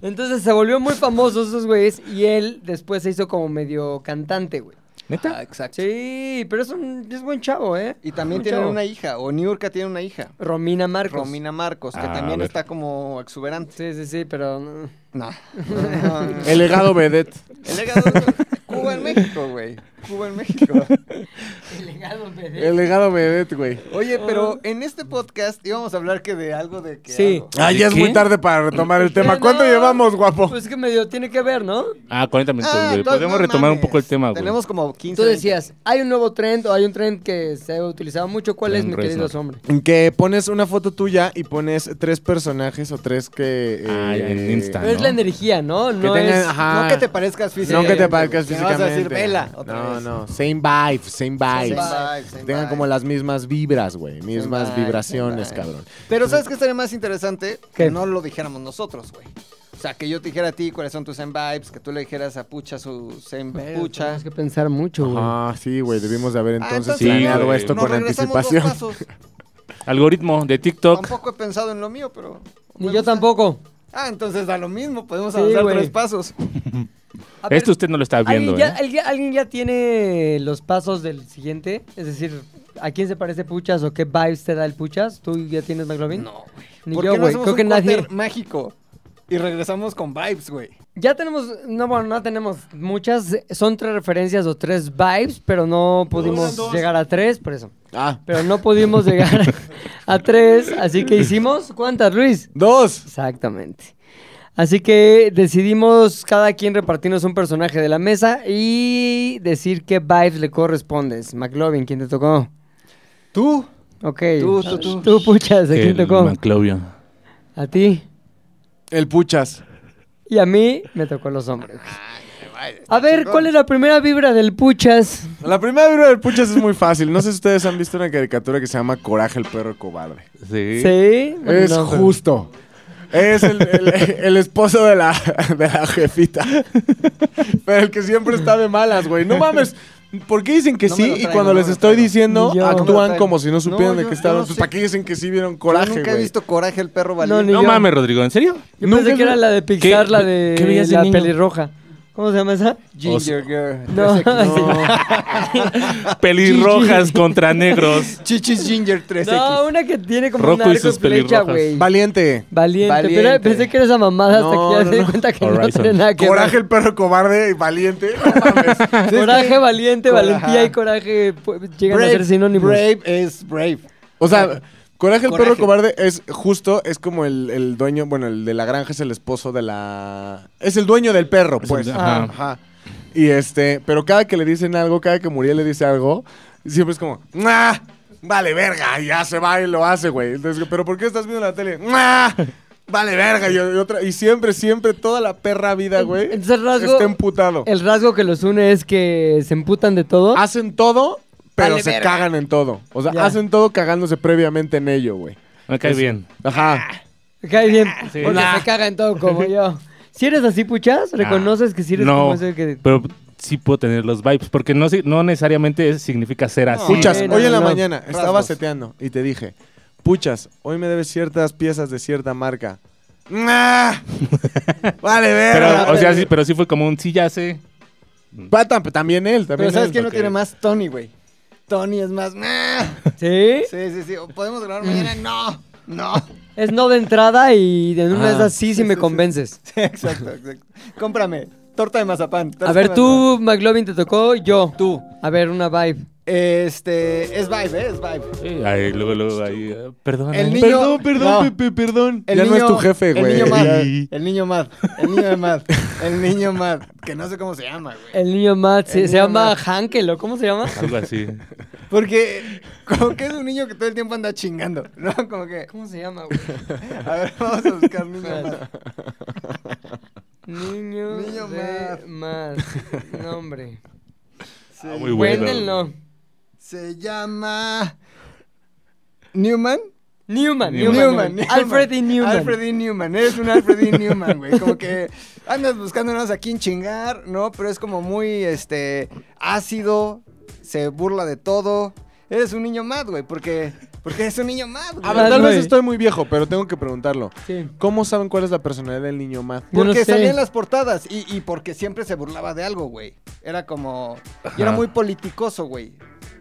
Speaker 1: Entonces se volvió muy famoso esos güeyes y él después se hizo como medio cantante, güey.
Speaker 3: Ah, exacto.
Speaker 1: Sí, pero es un es buen chavo, ¿eh?
Speaker 3: Y también
Speaker 1: Buen
Speaker 3: tienen
Speaker 1: chavo.
Speaker 3: una hija. O Niurka tiene una hija.
Speaker 1: Romina Marcos.
Speaker 3: Romina Marcos, que
Speaker 4: Ah, a
Speaker 3: también
Speaker 4: ver.
Speaker 3: está como exuberante.
Speaker 1: Sí, sí, sí, pero no.
Speaker 3: No. No, no, no.
Speaker 2: El legado vedette.
Speaker 3: El legado de Cuba en México, güey. Cuba en México.
Speaker 2: El legado vedette, güey.
Speaker 3: Oye, pero en este podcast íbamos a hablar que de algo de que.
Speaker 1: Sí.
Speaker 3: algo.
Speaker 2: Ah,
Speaker 4: ¿De
Speaker 2: ya es
Speaker 4: qué?
Speaker 2: muy tarde para retomar el tema.
Speaker 1: Eh, No,
Speaker 2: ¿Cuánto llevamos, guapo?
Speaker 1: Pues que medio tiene que ver, ¿no?
Speaker 4: Ah, 40 minutos,
Speaker 3: Ah,
Speaker 4: güey.
Speaker 3: entonces,
Speaker 4: Podemos
Speaker 3: no
Speaker 4: retomar un
Speaker 3: mames.
Speaker 4: poco el tema, güey.
Speaker 3: Tenemos como 15.
Speaker 1: Tú
Speaker 3: 20.
Speaker 1: decías, hay un nuevo trend o hay un trend que se ha utilizado mucho. ¿Cuál es,
Speaker 4: Trend
Speaker 1: mi querido
Speaker 4: Reznor.
Speaker 1: hombre?
Speaker 2: En Que pones una foto tuya y pones tres personajes o tres que. eh,
Speaker 4: Ah, ya, en Insta.
Speaker 1: Pero es
Speaker 4: ¿no?
Speaker 1: la energía, ¿no? No
Speaker 2: tengan-
Speaker 1: es...
Speaker 2: ajá.
Speaker 3: No que te parezcas
Speaker 2: No
Speaker 3: físicamente.
Speaker 2: que te parezcas
Speaker 3: güey. Me vas
Speaker 2: físicamente.
Speaker 3: a decir vela. Otra
Speaker 2: no,
Speaker 3: vez.
Speaker 2: no. Same vibes, same vibes.
Speaker 3: Same vibes, same
Speaker 2: Tengan
Speaker 3: vibes.
Speaker 2: como las mismas vibras, güey. Mismas
Speaker 3: vibes,
Speaker 2: vibraciones,
Speaker 3: same vibes.
Speaker 2: cabrón.
Speaker 3: Pero ¿sabes qué estaría más interesante?
Speaker 1: ¿Qué?
Speaker 3: Que no lo dijéramos nosotros, güey. O sea, que yo te dijera a ti cuáles son tus same vibes, que tú le dijeras a Pucha su same pucha.
Speaker 1: Tienes que pensar mucho, güey.
Speaker 2: Ah, sí, güey. Debimos de haber
Speaker 3: Ah,
Speaker 2: entonces
Speaker 4: sí,
Speaker 2: planeado
Speaker 4: güey.
Speaker 2: esto
Speaker 3: nos
Speaker 2: con
Speaker 3: regresamos dos
Speaker 2: anticipación.
Speaker 3: pasos.
Speaker 4: Algoritmo de TikTok.
Speaker 3: Tampoco he pensado en lo mío, pero.
Speaker 1: Ni
Speaker 3: me
Speaker 1: yo
Speaker 3: gusta.
Speaker 1: tampoco.
Speaker 3: Ah, entonces da lo mismo, podemos
Speaker 1: Sí,
Speaker 3: avanzar
Speaker 1: güey.
Speaker 3: tres pasos.
Speaker 1: A ver,
Speaker 4: Esto usted no lo está
Speaker 1: ¿alguien,
Speaker 4: viendo,
Speaker 1: ya,
Speaker 4: ¿eh?
Speaker 1: alguien- alguien ya tiene los pasos del siguiente? Es decir, ¿a quién se parece Puchas o qué vibes te da el Puchas? ¿Tú ya tienes McLovin?
Speaker 3: No, güey.
Speaker 1: Ni
Speaker 3: ¿Por
Speaker 1: yo,
Speaker 3: qué no
Speaker 1: güey.
Speaker 3: hacemos
Speaker 1: Creo
Speaker 3: un
Speaker 1: que nadie-
Speaker 3: corte mágico y regresamos con vibes, güey?
Speaker 1: Ya tenemos, no, bueno, no tenemos muchas. Son tres referencias o tres vibes, pero no pudimos llegar a tres, por eso.
Speaker 2: Ah,
Speaker 1: Pero no pudimos llegar a tres, así que hicimos, ¿cuántas, Luis?
Speaker 2: dos.
Speaker 1: Exactamente. Así que decidimos cada quien repartirnos un personaje de la mesa y decir qué vibes le correspondes. McLovin, ¿quién te tocó?
Speaker 3: Tú.
Speaker 1: Ok.
Speaker 3: Tú, tú, tú.
Speaker 1: puchas, ¿a quién
Speaker 4: El
Speaker 1: tocó?
Speaker 4: Maclovio.
Speaker 1: ¿A ti?
Speaker 2: El puchas.
Speaker 1: Y a mí me tocó los hombres.
Speaker 4: Ah,
Speaker 1: A ver, ¿cuál es la primera vibra del Puchas?
Speaker 2: La primera vibra del puchas es muy fácil. No sé si ustedes han visto una caricatura que se llama Coraje el perro cobarde.
Speaker 4: Sí.
Speaker 1: Sí.
Speaker 2: Es
Speaker 1: No, pero-
Speaker 2: justo. Es el, el- el esposo de la, de la jefita. Pero el que siempre está de malas, güey. No mames. ¿Por qué dicen que
Speaker 3: No me
Speaker 2: sí?
Speaker 3: lo
Speaker 2: y
Speaker 3: traigo,
Speaker 2: cuando
Speaker 3: no
Speaker 2: les
Speaker 3: me lo
Speaker 2: estoy
Speaker 3: traigo.
Speaker 2: diciendo,
Speaker 1: Ni yo. No
Speaker 3: me lo
Speaker 2: actúan
Speaker 3: traigo.
Speaker 2: como si no supieran
Speaker 3: No,
Speaker 2: de
Speaker 3: yo-
Speaker 2: qué
Speaker 3: yo
Speaker 2: estaban.
Speaker 3: no
Speaker 2: Pues,
Speaker 3: sé.
Speaker 2: ¿Para qué dicen que sí vieron
Speaker 3: Yo
Speaker 2: coraje,
Speaker 3: nunca he
Speaker 2: güey?
Speaker 3: visto coraje el perro
Speaker 1: No,
Speaker 3: valiente.
Speaker 1: ni
Speaker 4: No
Speaker 1: yo.
Speaker 4: mames, Rodrigo, ¿en serio?
Speaker 1: Yo
Speaker 4: Nunca
Speaker 1: pensé que
Speaker 4: vi-
Speaker 1: era la de Pixar,
Speaker 4: ¿Qué-
Speaker 1: la de
Speaker 4: qué veías de
Speaker 1: la
Speaker 4: niño?
Speaker 1: pelirroja. ¿Cómo se llama esa?
Speaker 3: Ginger Girl.
Speaker 1: No,
Speaker 4: Pelirrojas contra negros.
Speaker 3: Chichis Ginger 3X.
Speaker 1: no una que tiene como
Speaker 4: Rocco
Speaker 1: un
Speaker 4: y
Speaker 1: arco
Speaker 4: sus
Speaker 1: y flecha,
Speaker 4: pelirrojas.
Speaker 1: güey.
Speaker 2: Valiente.
Speaker 1: Valiente.
Speaker 3: Valiente.
Speaker 1: Pero pensé que era esa mamada hasta
Speaker 2: No,
Speaker 1: que ya
Speaker 2: no,
Speaker 1: me di
Speaker 2: no.
Speaker 1: cuenta que no
Speaker 4: Horizon.
Speaker 1: tiene nada que
Speaker 2: Coraje
Speaker 1: ver.
Speaker 2: el perro cobarde y valiente. No mames.
Speaker 1: Coraje, valiente,
Speaker 3: Coraje.
Speaker 1: valentía y coraje pu- llegan a ser sinónimos.
Speaker 3: Brave es brave.
Speaker 2: O sea, Coraje el perro
Speaker 3: Coraje.
Speaker 2: cobarde es justo, es como el, el dueño, bueno, el de la granja es el esposo de la... Es el dueño del perro,
Speaker 4: Es
Speaker 2: pues.
Speaker 4: el-
Speaker 2: ajá.
Speaker 4: ajá.
Speaker 2: ajá. Y este, pero cada que le dicen algo, cada que Muriel le dice algo, siempre es como, "Mua, Vale, verga, y ya se va y lo hace, güey. Entonces, pero ¿por qué estás viendo la tele? "Mua, Vale, verga. Y, y otra, y siempre, siempre, toda la perra vida, güey.
Speaker 1: Entonces, el rasgo-
Speaker 2: Está emputado.
Speaker 1: El rasgo que los une es que se emputan de todo.
Speaker 2: Hacen todo, pero
Speaker 3: Vale,
Speaker 2: se
Speaker 3: verga.
Speaker 2: cagan en todo. O sea,
Speaker 1: Ya.
Speaker 2: hacen todo cagándose previamente en ello, güey.
Speaker 4: Me cae bien.
Speaker 2: Ajá.
Speaker 1: Me cae bien.
Speaker 4: Sí.
Speaker 1: Porque
Speaker 4: Nah.
Speaker 1: se caga en todo como yo. Si eres así, puchas, reconoces que si eres
Speaker 4: No,
Speaker 1: como ese que.
Speaker 4: pero sí puedo tener los vibes, porque no, si- no necesariamente es- significa ser así.
Speaker 2: Puchas,
Speaker 1: Sí, no,
Speaker 2: hoy en la
Speaker 1: no, no.
Speaker 2: mañana estaba
Speaker 3: Rasgos.
Speaker 2: seteando y te dije, puchas, hoy me debes ciertas piezas de cierta marca. ¡Mua! vale, verga.
Speaker 4: Pero, o sea, sí, pero sí fue como un sí ya sé.
Speaker 2: Va, tam- también él, también
Speaker 3: Pero ¿sabes
Speaker 2: él.
Speaker 3: quién no
Speaker 4: ok.
Speaker 3: tiene más? Tony, güey. Tony es más. "Nah".
Speaker 1: ¿Sí?
Speaker 3: Sí, sí, sí. ¿O ¿Podemos grabar mañana? No, no.
Speaker 1: Es no de entrada y de una
Speaker 2: Ah.
Speaker 1: de esas sí, si me convences.
Speaker 3: Sí, exacto, exacto. Cómprame. Torta de mazapán. torta
Speaker 1: A
Speaker 3: de
Speaker 1: ver,
Speaker 3: mazapán.
Speaker 1: tú, McLovin, te tocó, yo.
Speaker 3: Tú.
Speaker 1: A ver, una vibe.
Speaker 3: Este. Es vibe, ¿eh? Es vibe.
Speaker 4: Sí, ahí, luego, luego, ahí. eh, Perdón.
Speaker 3: El
Speaker 4: eh.
Speaker 3: niño-
Speaker 4: Perdón, perdón,
Speaker 3: no.
Speaker 4: Pepe, perdón.
Speaker 3: El
Speaker 2: Ya no
Speaker 3: niño-
Speaker 2: es tu jefe, güey.
Speaker 3: El niño mad.
Speaker 4: Sí.
Speaker 3: El niño mad. El niño de mad. El niño mad. Que no sé cómo se llama, güey.
Speaker 1: El niño Matt, se,
Speaker 3: El
Speaker 1: se
Speaker 3: niño
Speaker 1: llama
Speaker 3: Matt.
Speaker 1: Hankel, ¿o cómo se llama?
Speaker 4: Algo así.
Speaker 3: Porque. Como que es un niño que todo el tiempo anda chingando, ¿no? Como que.
Speaker 1: ¿Cómo se llama, güey?
Speaker 3: A ver, vamos a buscar niño mad.
Speaker 1: Niño,
Speaker 3: Niño
Speaker 1: de Matt. Nombre.
Speaker 3: Se,
Speaker 4: Ah, muy bueno.
Speaker 1: Wendell no.
Speaker 3: se llama. Newman.
Speaker 1: Newman, Newman,
Speaker 3: Newman,
Speaker 1: Newman. Alfred E. Newman.
Speaker 3: Alfred E. Newman, eres un Alfred E. Newman, güey. Como que andas buscándonos aquí en chingar, ¿no? Pero es como muy, este, ácido, se burla de todo. Eres un niño mad, güey, porque, porque eres un niño mad, güey.
Speaker 2: A ver, tal
Speaker 1: Güey.
Speaker 2: vez estoy muy viejo, pero tengo que preguntarlo.
Speaker 1: Sí.
Speaker 2: ¿Cómo saben cuál es la personalidad del niño más?
Speaker 1: Yo no
Speaker 3: Porque
Speaker 1: sé.
Speaker 3: salía en las portadas y, y porque siempre se burlaba de algo, güey. Era como... Y era
Speaker 4: Ajá.
Speaker 3: muy politicoso, güey.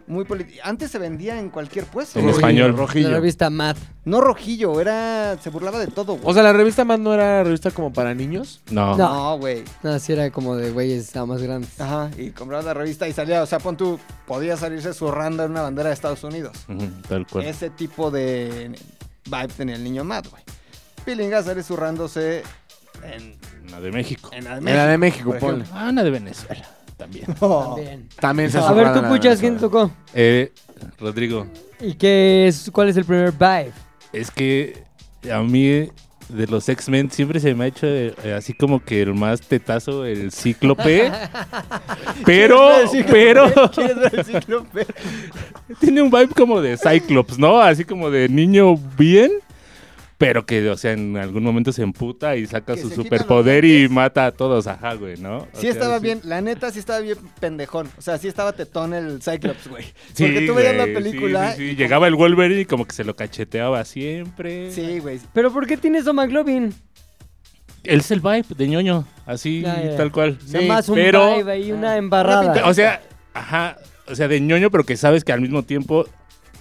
Speaker 3: Muy politi- Antes se vendía en cualquier puesto.
Speaker 4: En
Speaker 3: güey.
Speaker 4: español.
Speaker 1: La revista Matt.
Speaker 3: No rojillo, era... Se burlaba de todo,
Speaker 2: O
Speaker 3: güey.
Speaker 2: sea, la revista más no era revista como para niños.
Speaker 4: No.
Speaker 1: No.
Speaker 3: No, güey.
Speaker 1: No, así era como de güeyes, estaba más grande.
Speaker 3: Ajá, y compraba la revista y salía, o sea, pon tú, podía salirse zurrando en una bandera de Estados Unidos.
Speaker 4: Ujú, Tal cual.
Speaker 3: Ese tipo de vibe tenía el niño Matt, güey. Pilinga sale zurrándose en,
Speaker 4: Una de México.
Speaker 3: en
Speaker 2: En la de México,
Speaker 3: por ejemplo.
Speaker 2: ponle.
Speaker 4: Ah, una de Venezuela. También.
Speaker 3: Oh,
Speaker 1: Bien.
Speaker 2: También se
Speaker 1: A ver,
Speaker 2: zurraban
Speaker 1: tú,
Speaker 2: la
Speaker 1: puchas, ¿quién
Speaker 2: Venezuela.
Speaker 1: te tocó?
Speaker 4: Eh, Rodrigo,
Speaker 1: ¿Y qué es, cuál es el primer vibe?
Speaker 4: es que a mí de los X-Men siempre se me ha hecho eh, eh, así como que el más tetazo, el cíclope. pero, pero
Speaker 3: ¿Quieres ver el cíclope?
Speaker 4: tiene un vibe como de Cyclops, ¿no? Así como de niño bien. Pero que, o sea, en algún momento se emputa y saca
Speaker 3: Que
Speaker 4: su
Speaker 3: se quita
Speaker 4: superpoder y mata a todos, ajá, güey, ¿no? O
Speaker 3: Sí
Speaker 4: sea,
Speaker 3: estaba bien, la neta sí estaba bien pendejón. O sea, sí estaba tetón el Cyclops, güey.
Speaker 4: Sí,
Speaker 3: Porque tú veías la
Speaker 4: güey, sí,
Speaker 3: película.
Speaker 4: sí, sí. Llegaba el Wolverine y como que se lo cacheteaba siempre.
Speaker 3: Sí, güey.
Speaker 1: ¿Pero por qué tienes a McLovin?
Speaker 4: Él es el vibe de ñoño, así,
Speaker 1: Ya, ya, ya.
Speaker 4: tal cual.
Speaker 1: Nada más un
Speaker 4: pero-
Speaker 1: vibe ahí, una embarrada.
Speaker 4: O sea, ajá, o sea, de ñoño, pero que sabes que al mismo tiempo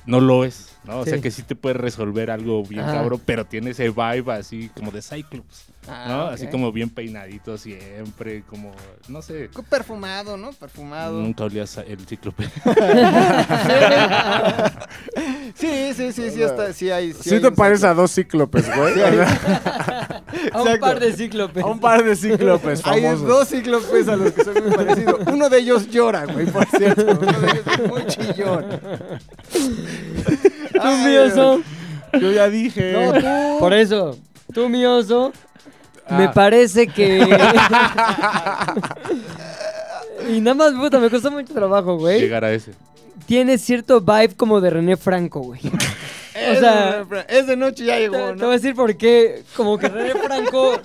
Speaker 4: no lo es, ¿no? O
Speaker 1: Sí.
Speaker 4: sea, que sí te puede resolver algo bien
Speaker 1: Ajá.
Speaker 4: cabrón, pero tiene ese vibe así como de Cyclops,
Speaker 3: Ah,
Speaker 4: ¿no?
Speaker 3: ok.
Speaker 4: Así como bien peinadito siempre, como, no sé.
Speaker 3: Perfumado, ¿no? Perfumado.
Speaker 4: Nunca olías el cíclope.
Speaker 3: Sí, sí, sí, sí, está, sí hay.
Speaker 2: Sí,
Speaker 3: hay
Speaker 2: te
Speaker 3: un
Speaker 2: pareces a dos cíclopes, güey.
Speaker 1: a un par de cíclopes.
Speaker 2: A un par de cíclopes
Speaker 3: Hay
Speaker 2: famosos.
Speaker 3: dos cíclopes a los que son muy parecidos. Uno de ellos llora, güey, por cierto. Uno de ellos es muy chillón.
Speaker 1: Tú,
Speaker 3: Ay,
Speaker 1: mi oso.
Speaker 2: Yo ya dije.
Speaker 1: No, tú. Por eso. Tú, mi oso. Me parece que. y nada más, puta, me costó mucho trabajo, güey.
Speaker 4: Llegar a ese.
Speaker 1: Tiene cierto vibe como de René Franco, güey. O sea,
Speaker 3: Es de- es de noche ya
Speaker 1: te,
Speaker 3: llegó,
Speaker 1: te
Speaker 3: ¿no?
Speaker 1: voy a decir por qué. Como que René Franco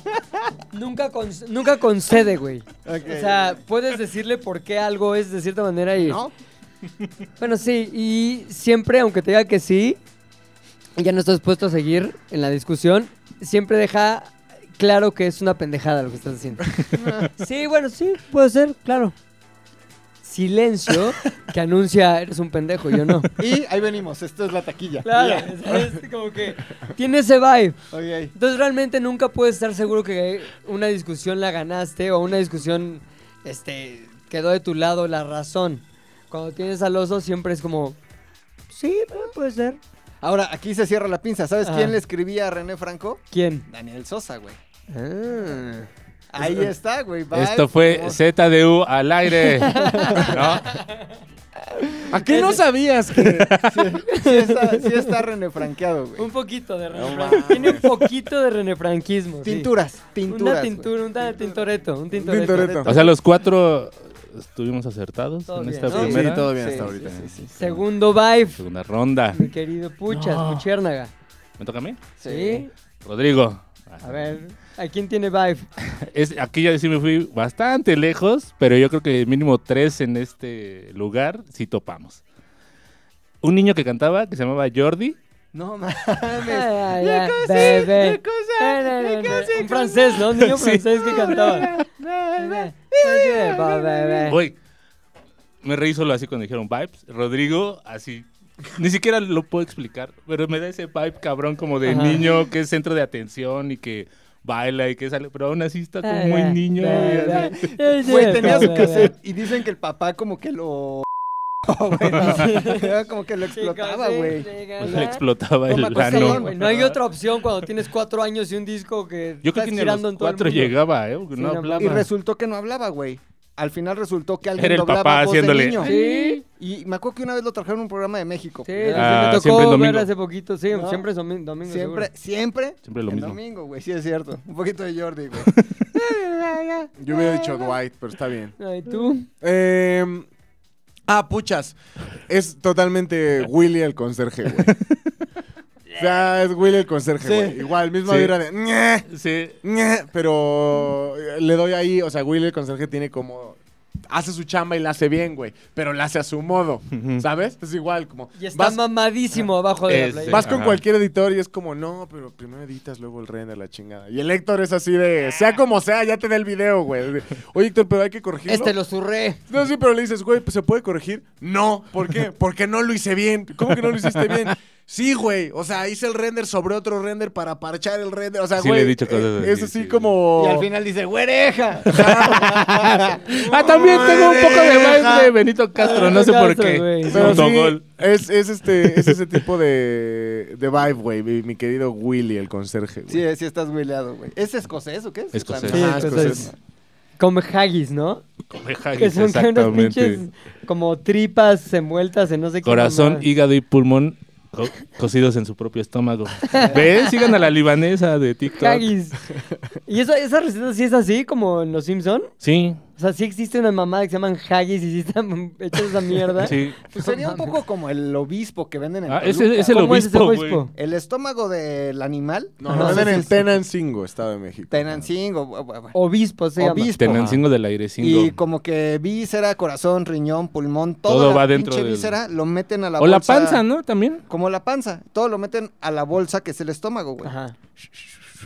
Speaker 1: nunca, con- nunca concede, güey. O sea, puedes decirle por qué algo es de cierta manera y.
Speaker 3: ¿No?
Speaker 1: Bueno, sí, y siempre, aunque te diga que sí, ya no estás dispuesto a seguir en la discusión, siempre deja claro que es una pendejada lo que estás diciendo. sí, bueno, sí, puede ser, claro. Silencio que anuncia eres un pendejo, yo no.
Speaker 3: Y ahí venimos, esto es la taquilla.
Speaker 1: Claro, es, es como que tiene ese vibe.
Speaker 3: Ok.
Speaker 1: Entonces realmente nunca puedes estar seguro que una discusión la ganaste o una discusión este, quedó de tu lado la razón. Cuando tienes al oso siempre es como, sí, eh, puede ser.
Speaker 3: Ahora, aquí se cierra la pinza. ¿Sabes
Speaker 1: Ajá.
Speaker 3: quién le escribía a René Franco?
Speaker 1: ¿Quién?
Speaker 3: Daniel Sosa, güey.
Speaker 1: Ah.
Speaker 3: Ahí está, güey. vibe,
Speaker 4: Esto fue
Speaker 3: amor.
Speaker 4: ZDU al aire. ¿No?
Speaker 2: ¿A qué no sabías que
Speaker 3: Sí está, sí está René Franqueado, güey.
Speaker 1: Un poquito de renefranquismo. Tiene un poquito de renefranquismo. sí.
Speaker 3: Tinturas, tinturas.
Speaker 1: Una
Speaker 3: güey.
Speaker 1: tintura, un ta- tintoreto, un tintoreto.
Speaker 2: Tintoretto?
Speaker 4: O sea, los cuatro estuvimos acertados
Speaker 1: Todo
Speaker 4: en
Speaker 1: bien,
Speaker 4: esta
Speaker 1: ¿no?
Speaker 4: primera.
Speaker 2: Sí, todo bien
Speaker 3: Sí,
Speaker 2: hasta
Speaker 3: sí,
Speaker 2: ahorita.
Speaker 3: sí, sí, sí.
Speaker 1: Segundo vibe,
Speaker 4: Segunda ronda.
Speaker 1: mi querido Puchas, Puchiérnaga.
Speaker 4: ¿Me toca a mí?
Speaker 1: ¿Sí?
Speaker 4: Rodrigo.
Speaker 1: A ver, ¿a quién tiene vibe?
Speaker 4: Es, aquí ya sí me fui bastante lejos, pero yo creo que mínimo tres en este lugar sí topamos. Un niño que cantaba, que se llamaba Jordi.
Speaker 3: No
Speaker 1: Ay,
Speaker 3: mames.
Speaker 1: ay, ay,
Speaker 3: cosí,
Speaker 1: bebé.
Speaker 3: me cosí,
Speaker 1: Na, na,
Speaker 3: me
Speaker 1: na, na.
Speaker 3: cosí
Speaker 1: Un
Speaker 3: con-
Speaker 1: francés, ¿no? Un niño francés que cantaba.
Speaker 3: Bebé.
Speaker 1: Eh.
Speaker 4: Güey, me reí solo así cuando dijeron vibes. Rodrigo, así. Ni siquiera lo puedo explicar, pero me da ese vibe cabrón como de
Speaker 1: Ajá.
Speaker 4: niño que es centro de atención y que baila y que sale, pero aún así está como muy
Speaker 1: Eh,
Speaker 4: niño. y así.
Speaker 3: Güey, tenía su cassette y dicen que el papá como que lo... Oh, Güey, no. como que lo explotaba,
Speaker 1: Pues
Speaker 3: güey.
Speaker 1: eh,
Speaker 4: O sea, Pues explotaba el
Speaker 3: Toma, pues,
Speaker 4: ano.
Speaker 3: cabrón, güey.
Speaker 1: No hay otra opción cuando tienes cuatro años y un disco que
Speaker 4: Yo
Speaker 1: estás
Speaker 4: creo que ni a
Speaker 1: girando
Speaker 4: los
Speaker 1: en todo el
Speaker 4: cuatro
Speaker 1: mundo.
Speaker 4: llegaba, ¿eh? Porque
Speaker 1: Sí,
Speaker 4: no
Speaker 1: no
Speaker 4: hablaba.
Speaker 3: Y resultó que no hablaba, güey. Al final resultó que alguien
Speaker 4: Era el
Speaker 3: doblaba
Speaker 4: papá
Speaker 3: voz de
Speaker 4: haciéndole,
Speaker 3: niño.
Speaker 1: Sí.
Speaker 3: Y me acuerdo que una vez lo trajeron a un programa de México.
Speaker 1: Sí,
Speaker 3: güey.
Speaker 4: Ah,
Speaker 1: me
Speaker 4: siempre en
Speaker 1: tocó ver
Speaker 4: domingo.
Speaker 1: hace poquito, sí,
Speaker 3: No.
Speaker 1: siempre es domi- domingo.
Speaker 3: Siempre, siempre.
Speaker 4: Siempre lo
Speaker 3: el
Speaker 4: mismo.
Speaker 3: domingo, güey, sí es cierto. Un poquito de Jordi, güey.
Speaker 2: Yo hubiera dicho Dwight, pero está bien.
Speaker 1: seguro. Ay, tú.
Speaker 2: Eh, ah, puchas. Es totalmente Willy el conserje, güey. O sea, es Willy el conserje, güey. Igual, misma
Speaker 4: Sí.
Speaker 2: vibra de... "Ñe,
Speaker 4: Sí.
Speaker 2: ñe", Pero eh, le doy ahí, o sea, Willy el conserje tiene como... Hace su chamba y la hace bien, güey. Pero la hace a su modo, ¿sabes? Es igual, como...
Speaker 1: Y está
Speaker 2: vas-
Speaker 1: mamadísimo abajo de
Speaker 4: Es-
Speaker 1: la playa.
Speaker 2: Vas con
Speaker 4: Ajá.
Speaker 2: cualquier editor y es como, no, pero primero editas, luego el render, la chingada. Y el Héctor es así de, sea como sea, ya te da el video, güey. Oye, Héctor, pero hay que corregirlo.
Speaker 1: Este lo surré.
Speaker 2: No, sí, pero le dices, güey, pues se puede corregir. No, ¿por qué? Porque no lo hice bien. ¿Cómo que no lo hiciste bien? Sí, güey. O sea, hice el render sobre otro render para parchar el render. O sea,
Speaker 4: Sí,
Speaker 2: güey.
Speaker 4: le he dicho cosas
Speaker 2: eh,
Speaker 4: así,
Speaker 2: Es así
Speaker 4: sí.
Speaker 2: como.
Speaker 3: Y al final dice, güereja.
Speaker 4: Ah, también tengo un poco de vibe de Benito Castro, no sé por
Speaker 1: Castro, güey.
Speaker 4: qué.
Speaker 2: Pero sí,
Speaker 4: Autogol.
Speaker 2: es, es este, es ese tipo de, de vibe, güey. Mi, mi querido Willy, el conserje, güey.
Speaker 3: Sí, sí estás huileado, güey. ¿Es escocés o qué es?
Speaker 4: Escocés.
Speaker 3: Irlandés.
Speaker 2: Ajá,
Speaker 1: Sí,
Speaker 2: es
Speaker 1: entonces, Come haggis, ¿no?
Speaker 4: Come haggis,
Speaker 1: Que son que unos pinches
Speaker 4: exactamente.
Speaker 1: como tripas envueltas en no sé qué.
Speaker 4: Corazón,
Speaker 1: mamada.
Speaker 4: hígado y pulmón co- cocidos en su propio estómago. ¿Ves? Sigan a la libanesa de TikTok.
Speaker 1: Haggis. ¿Y eso, esa receta sí es así, como en Los Simpson?
Speaker 4: Sí,
Speaker 1: O sea, sí existe una mamada que se llaman haggis y sí están hechas esa mierda.
Speaker 4: sí.
Speaker 3: Pues sería un poco como el obispo que venden en
Speaker 4: Ah, ese-
Speaker 3: Toluca.
Speaker 4: ese lo-
Speaker 1: ¿Cómo es ese
Speaker 4: obispo, güey.
Speaker 1: obispo?
Speaker 3: El estómago del animal.
Speaker 2: No, no, venden en Tenancingo, Estado de México.
Speaker 3: Tenancingo. bu- bu- bu-
Speaker 1: Obispo se llama.
Speaker 3: Obispo.
Speaker 4: Tenancingo del airecingo.
Speaker 3: Y como que víscera, corazón, riñón, pulmón, todo,
Speaker 4: Todo
Speaker 3: la
Speaker 4: va dentro
Speaker 3: pinche
Speaker 4: del-
Speaker 3: víscera lo meten a la
Speaker 4: o la
Speaker 3: bolsa.
Speaker 4: panza, ¿no? También.
Speaker 3: Como la panza. Todo lo meten a la bolsa que es el estómago, güey.
Speaker 1: Ajá.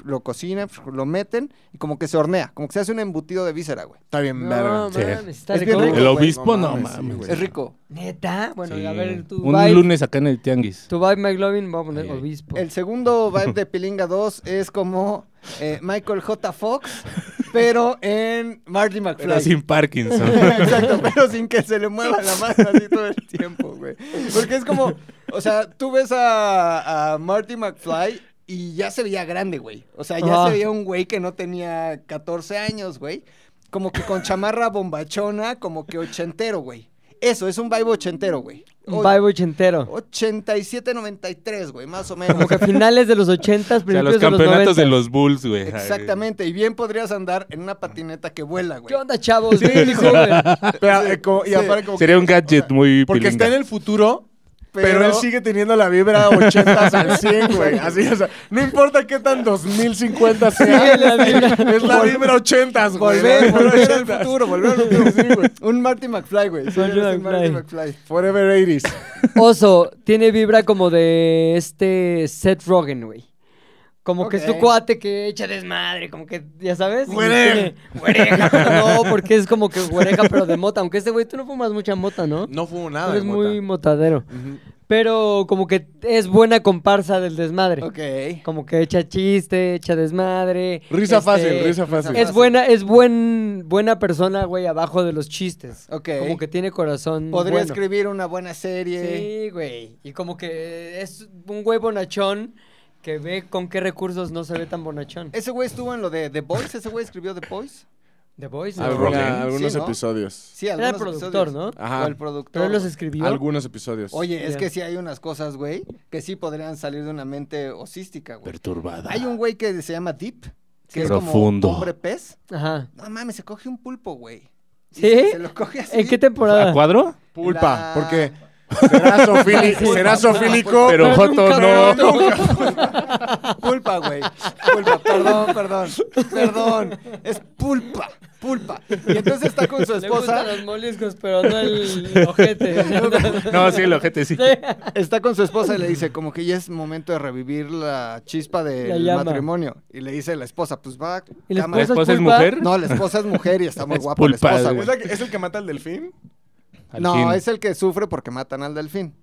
Speaker 3: Lo cocinan, lo meten y como que se hornea. Como que se hace un embutido de víscera, güey.
Speaker 2: Está bien, verga.
Speaker 4: Sí.
Speaker 1: mames, está
Speaker 3: Es bien
Speaker 1: rico.
Speaker 3: rico.
Speaker 4: El
Speaker 3: güey,
Speaker 2: no
Speaker 4: obispo, no
Speaker 2: mames, sí,
Speaker 4: mames.
Speaker 2: güey.
Speaker 3: Es rico.
Speaker 1: Neta. Bueno,
Speaker 4: Sí.
Speaker 1: a ver, tu
Speaker 4: Un
Speaker 1: vibe,
Speaker 4: lunes acá en el tianguis.
Speaker 1: Tu vibe, McLovin, vamos a poner
Speaker 4: Ay, ay.
Speaker 1: obispo.
Speaker 3: El segundo vibe de Pilinga 2 es como eh, Michael J. Fox, pero en Marty McFly.
Speaker 4: Pero sin Parkinson.
Speaker 3: Exacto, pero sin que se le mueva la mano así todo el tiempo, güey. Porque es como, o sea, tú ves a, a Marty McFly y ya se veía grande, güey. O sea, ya
Speaker 1: Ajá.
Speaker 3: se veía un güey que no tenía 14 años, güey. Como que con chamarra bombachona, como que ochentero, güey. Eso, es un vibe ochentero, güey. o-
Speaker 1: Vibe ochentero.
Speaker 3: 87, 93, güey, más o menos.
Speaker 1: Como que finales de los 80,
Speaker 4: O sea,
Speaker 1: principios
Speaker 4: los campeonatos
Speaker 1: de
Speaker 4: de
Speaker 1: los 90.
Speaker 4: los Bulls, güey.
Speaker 3: Exactamente, y bien podrías andar en una patineta que vuela, güey.
Speaker 1: ¿Qué onda, chavos? Bien, joven.
Speaker 2: Pero, eh, como- y
Speaker 3: sí.
Speaker 2: aparte como
Speaker 4: Sería
Speaker 2: que-
Speaker 4: un gadget muy
Speaker 2: Porque está en el futuro, pero,
Speaker 3: Pero-
Speaker 2: él sigue teniendo la vibra 80 al 100, güey. Así, o sea, no importa qué tan 2050 sea,
Speaker 1: Sí, la vibra-
Speaker 2: es la vibra 80, güey.
Speaker 3: Volver,
Speaker 2: La vibra
Speaker 3: volver al
Speaker 2: 80s.
Speaker 3: futuro, volver al futuro. Un Marty McFly, güey. Sí,
Speaker 1: Marty
Speaker 3: eres un Marty
Speaker 1: McFly.
Speaker 3: McFly.
Speaker 2: Forever 80s.
Speaker 1: Oso tiene vibra como de este Seth Rogen, güey. Como que es tu
Speaker 3: Ok.
Speaker 1: cuate que echa desmadre, como que, ya sabes. y
Speaker 2: Güereja.
Speaker 1: tiene- Güereja. No, porque es como que güereja, pero de mota. Aunque este güey, tú no fumas mucha mota, ¿no?
Speaker 2: No fumo
Speaker 1: Tú
Speaker 2: nada.
Speaker 1: eres
Speaker 2: de mota.
Speaker 1: muy motadero. Pero como que es buena comparsa del desmadre.
Speaker 3: Ok.
Speaker 1: Como que echa chiste, echa desmadre.
Speaker 2: Risa
Speaker 1: este,
Speaker 2: fácil, risa fácil.
Speaker 1: Es buena, es buen, buena persona, güey, abajo de los chistes.
Speaker 3: Ok.
Speaker 1: Como que tiene corazón.
Speaker 3: Podría
Speaker 1: bueno.
Speaker 3: escribir una buena serie.
Speaker 1: Sí, güey. Y como que es un güey bonachón que ve con qué recursos no se ve tan bonachón.
Speaker 3: Ese güey estuvo en lo de The Voice, ese güey escribió The Voice.
Speaker 1: The Boys,
Speaker 4: Ah,
Speaker 2: Alguna-
Speaker 1: ¿no?
Speaker 4: Rogen.
Speaker 2: algunos
Speaker 3: Sí, ¿no?
Speaker 2: episodios.
Speaker 3: Sí,
Speaker 1: Era el
Speaker 3: algunos
Speaker 1: productor,
Speaker 3: episodios.
Speaker 1: ¿no?
Speaker 2: Ajá.
Speaker 3: O el productor.
Speaker 1: Pero él los
Speaker 3: güey.
Speaker 1: escribió.
Speaker 2: Algunos episodios.
Speaker 3: Oye, es
Speaker 1: Ya.
Speaker 3: que sí hay unas cosas, güey, que sí podrían salir de una mente osística, güey.
Speaker 4: Perturbada.
Speaker 3: Hay un güey que se llama Deep, que
Speaker 4: Sí.
Speaker 3: es
Speaker 4: Profundo.
Speaker 3: como hombre pez.
Speaker 1: Ajá.
Speaker 3: No mames, se coge un pulpo, güey. Y
Speaker 1: ¿Sí?
Speaker 3: Se, se lo coge así.
Speaker 1: ¿En qué
Speaker 4: ¿A
Speaker 1: temporada?
Speaker 4: cuadro?
Speaker 2: Pulpa,
Speaker 3: La-
Speaker 2: porque será, zoofili- será zoofílico.
Speaker 4: Pero Joto no.
Speaker 3: Pulpa, güey. Pulpa, perdón, perdón. Perdón. Es pulpa, pulpa. Y entonces está con su
Speaker 1: Le gustan
Speaker 3: esposa.
Speaker 1: los moliscos, pero no el ojete.
Speaker 4: No, sí, el ojete sí.
Speaker 3: Está con su esposa y le dice, como que ya es momento de revivir la chispa
Speaker 1: La
Speaker 3: del
Speaker 1: llama.
Speaker 3: matrimonio. Y le dice la esposa, pues va,
Speaker 1: ¿Y la
Speaker 3: cama.
Speaker 4: ¿La esposa es
Speaker 1: ¿Pulpa?
Speaker 4: mujer?
Speaker 3: No, la esposa es mujer y está muy
Speaker 4: Es
Speaker 3: guapa la
Speaker 4: pulpa,
Speaker 3: esposa,
Speaker 4: güey.
Speaker 2: ¿Es,
Speaker 3: güey.
Speaker 2: la que- es el que mata al delfín?
Speaker 4: Al fin.
Speaker 3: No, es el que sufre porque matan al delfín.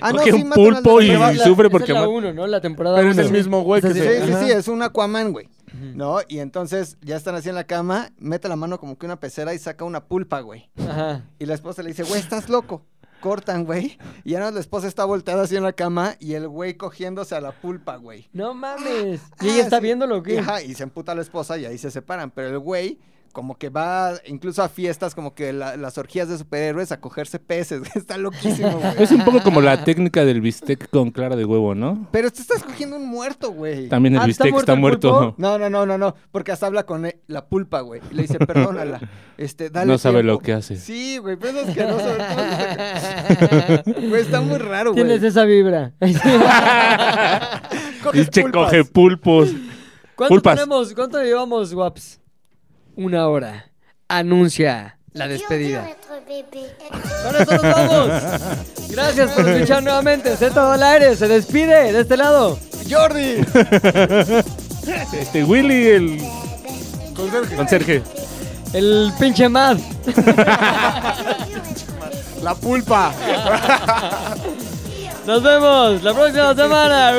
Speaker 3: Ah,
Speaker 4: coge un
Speaker 3: matan al
Speaker 4: pulpo y-
Speaker 3: delfín.
Speaker 1: Pero va- la-
Speaker 4: sufre
Speaker 1: esa
Speaker 4: porque
Speaker 1: es la
Speaker 4: ma-
Speaker 1: 1, ¿no? La temporada
Speaker 2: Pero es
Speaker 1: uno.
Speaker 2: el mismo güey que
Speaker 1: Esa
Speaker 3: Sí,
Speaker 1: sí.
Speaker 2: se-
Speaker 3: sí,
Speaker 2: Ajá.
Speaker 3: sí, es un Aquaman, güey. ¿No? Y entonces ya están así en la cama, mete la mano como que una pecera y saca una pulpa, güey.
Speaker 1: Ajá.
Speaker 3: Y la esposa le dice, güey, estás loco. Cortan, güey. Y ahora la esposa está volteada así en la cama y el güey cogiéndose a la pulpa, güey.
Speaker 1: No mames.
Speaker 3: Ah,
Speaker 1: ¿Y ella está
Speaker 3: sí.
Speaker 1: viéndolo o qué?
Speaker 3: Ajá, y se emputa la esposa y ahí se separan. Pero el güey, como que va incluso a fiestas, como que la- las orgías de superhéroes a cogerse peces. está loquísimo, güey.
Speaker 4: Es un poco como la técnica del bistec con clara de huevo, ¿no?
Speaker 3: Pero te estás cogiendo un muerto, güey.
Speaker 4: También el
Speaker 1: Ah, ¿está
Speaker 4: bistec está
Speaker 1: muerto
Speaker 4: muerto.
Speaker 1: el
Speaker 3: No, no, no, no, no. Porque hasta habla con eh, la pulpa, güey. Y le dice, perdónala. Este, dale
Speaker 4: No sabe lo
Speaker 3: tiempo".
Speaker 4: que hace.
Speaker 3: Sí, güey, pero es asqueroso. Güey, está muy raro, güey.
Speaker 1: Tienes esa vibra.
Speaker 3: Coges
Speaker 4: Y se
Speaker 3: pulpas.
Speaker 4: coge pulpos.
Speaker 1: ¿Cuánto
Speaker 4: Pulpas.
Speaker 1: tenemos? ¿Cuánto llevamos, Guaps? Una hora. Anuncia la despedida. Con eso nos vamos. Gracias por escuchar nuevamente. Z todo al aire. Se despide de este lado.
Speaker 3: ¡Jordi!
Speaker 4: Este Willy, el conserje.
Speaker 1: El pinche Mad.
Speaker 2: La pulpa.
Speaker 1: Nos vemos la próxima semana.